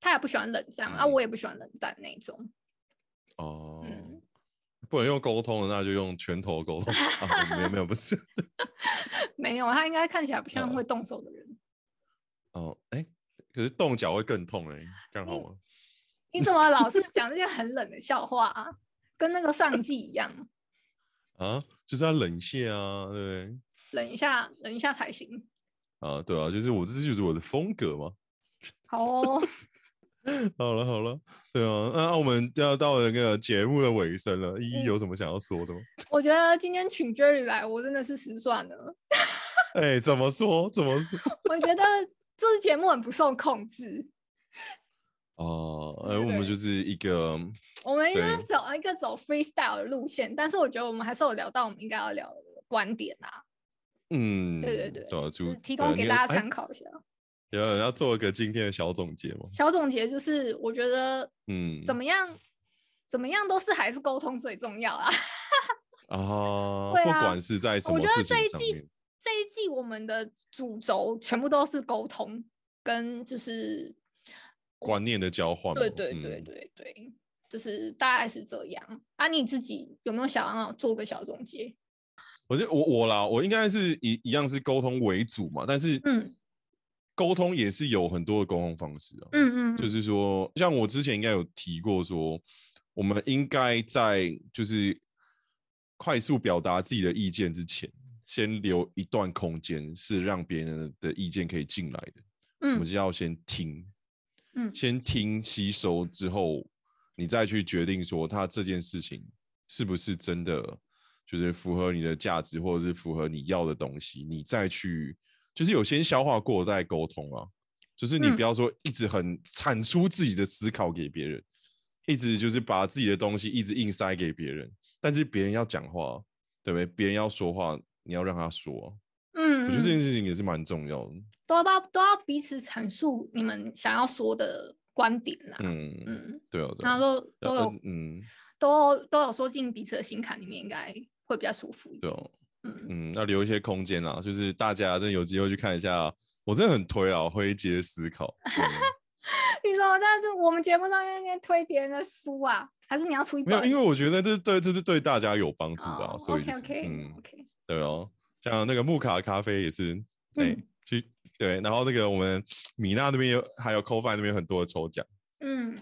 Speaker 2: 他也不喜欢冷战、啊，
Speaker 1: 嗯
Speaker 2: 我也不喜欢冷战那一种。
Speaker 1: 哦，
Speaker 2: 嗯
Speaker 1: 不能用沟通的，那就用拳头沟 通。啊、没有没有，不是。
Speaker 2: 没有，他应该看起来不像
Speaker 1: 哦
Speaker 2: 会动手的人。
Speaker 1: 哦，哎，可是动脚会更痛哎、这样好
Speaker 2: 嗯
Speaker 1: 吗？
Speaker 2: 你怎么老是讲这些很冷的笑话啊？跟那个上季一样，
Speaker 1: 啊，就是要冷血啊，对不对？
Speaker 2: 忍一下，忍一下才行。
Speaker 1: 啊，对啊，就是我这就是我的风格嘛。
Speaker 2: 好哦，
Speaker 1: 好了好了，对啊，那我们要到那个节目的尾声了，依依
Speaker 2: 嗯
Speaker 1: 有什么想要说的吗？
Speaker 2: 我觉得今天请 Jerry 来，我真的是失算了。
Speaker 1: 哎、怎么说？怎么说？
Speaker 2: 我觉得这节目很不受控制，
Speaker 1: 哦，哎，我们就是一个，
Speaker 2: 我们应该
Speaker 1: 对
Speaker 2: 走一个走 freestyle 的路线，但是我觉得我们还是有聊到我们应该要聊的观点啊，
Speaker 1: 嗯，
Speaker 2: 对对
Speaker 1: 对啊，
Speaker 2: 就
Speaker 1: 就是
Speaker 2: 提
Speaker 1: 对啊
Speaker 2: 供给
Speaker 1: 你
Speaker 2: 大家
Speaker 1: 哎
Speaker 2: 参考一下。
Speaker 1: 有人要做一个今天的小总结吗？
Speaker 2: 小总结就是，我觉得
Speaker 1: 嗯，
Speaker 2: 怎么样，怎么样都是还是沟通最重要啊。
Speaker 1: 啊？
Speaker 2: 对
Speaker 1: 不
Speaker 2: 啊
Speaker 1: 管是在什
Speaker 2: 我
Speaker 1: 么
Speaker 2: 觉
Speaker 1: 事
Speaker 2: 得
Speaker 1: 情
Speaker 2: 这一
Speaker 1: 上
Speaker 2: 季
Speaker 1: 面，
Speaker 2: 这一季我们的主轴全部都是沟通跟就是，
Speaker 1: 观念的交换嘛，
Speaker 2: 对对对
Speaker 1: 嗯
Speaker 2: 对对，就是大概是这样。啊，你自己有没有想要做个小总结？
Speaker 1: 我觉得我我啦，我应该是一一样是沟通为主嘛，但是
Speaker 2: 嗯
Speaker 1: 沟通也是有很多的沟通方式啊，
Speaker 2: 嗯嗯，
Speaker 1: 就是说，像我之前应该有提过说，我们应该在就是快速表达自己的意见之前，先留一段空间，是让别人的意见可以进来的。我们
Speaker 2: 嗯
Speaker 1: 就要先听，
Speaker 2: 嗯
Speaker 1: 先听吸收之后，你再去决定说他这件事情是不是真的就是符合你的价值，或者是符合你要的东西，你再去就是有先消化过再沟通啊。就是你
Speaker 2: 嗯
Speaker 1: 不要说一直很产出自己的思考给别人，一直就是把自己的东西一直硬塞给别人，但是别人要讲话，对不对？别人要说话，你要让他说啊、
Speaker 2: 嗯，
Speaker 1: 我觉得这
Speaker 2: 嗯
Speaker 1: 件事情也是蛮重要的。
Speaker 2: 都要把都要彼此阐述你们想要说的观点啦。
Speaker 1: 嗯，
Speaker 2: 嗯，
Speaker 1: 对啊，对
Speaker 2: 然
Speaker 1: 啊。
Speaker 2: 后都都
Speaker 1: 呃
Speaker 2: 有
Speaker 1: 嗯，
Speaker 2: 都都有说进彼此的心坎里面，应该会比较舒服一
Speaker 1: 对
Speaker 2: 点。
Speaker 1: 哦，
Speaker 2: 嗯，
Speaker 1: 嗯，要留一些空间啦，就是大家真的有机会去看一下，啊我真的很推啊，灰阶思考，真的
Speaker 2: 你说在这我们节目上面那推别人的书啊，还是你要出一
Speaker 1: 没
Speaker 2: 本？
Speaker 1: 有，因为我觉得这对这是对大家有帮助的啊，
Speaker 2: 哦
Speaker 1: 所以就
Speaker 2: OK
Speaker 1: 是
Speaker 2: OK
Speaker 1: 嗯，
Speaker 2: OK，
Speaker 1: 对哦，像那个木卡咖啡也是，哎、
Speaker 2: 嗯
Speaker 1: 去对，然后那个我们米娜那边有，还有 CoFi 那边有很多的抽奖，
Speaker 2: 嗯，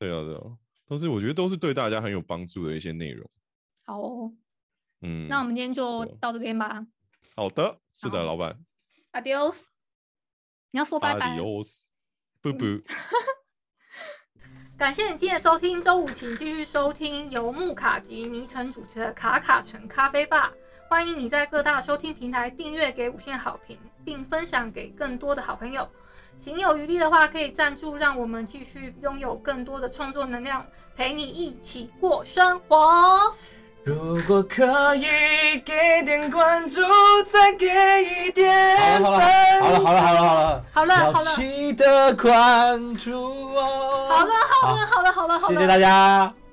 Speaker 1: 对啊，对啊，都是我觉得都是对大家很有帮助的一些内容，
Speaker 2: 好哦，
Speaker 1: 嗯，
Speaker 2: 那我们今天就
Speaker 1: 对
Speaker 2: 到这边吧
Speaker 1: 好的，是的，
Speaker 2: 好
Speaker 1: 老板，
Speaker 2: ，Adios，你要说拜拜。
Speaker 1: ，Adios，不不。
Speaker 2: 感谢你今天的收听，周五请继续收听由木卡及尼城主持的《卡卡城咖啡吧》。欢迎你在各大收听平台订阅、给五星好评，并分享给更多的好朋友。行有余力的话，可以赞助，让我们继续拥有更多的创作能量，陪你一起过生活哦。
Speaker 3: 如果可以给点关注，再给一点
Speaker 4: 好了好了
Speaker 3: 分
Speaker 4: 好了好了好了好
Speaker 2: 好了
Speaker 4: 了，
Speaker 2: 好了
Speaker 4: 要记得关注哦。
Speaker 2: 好了，好了，好了，好了，好了，
Speaker 4: 谢谢大家。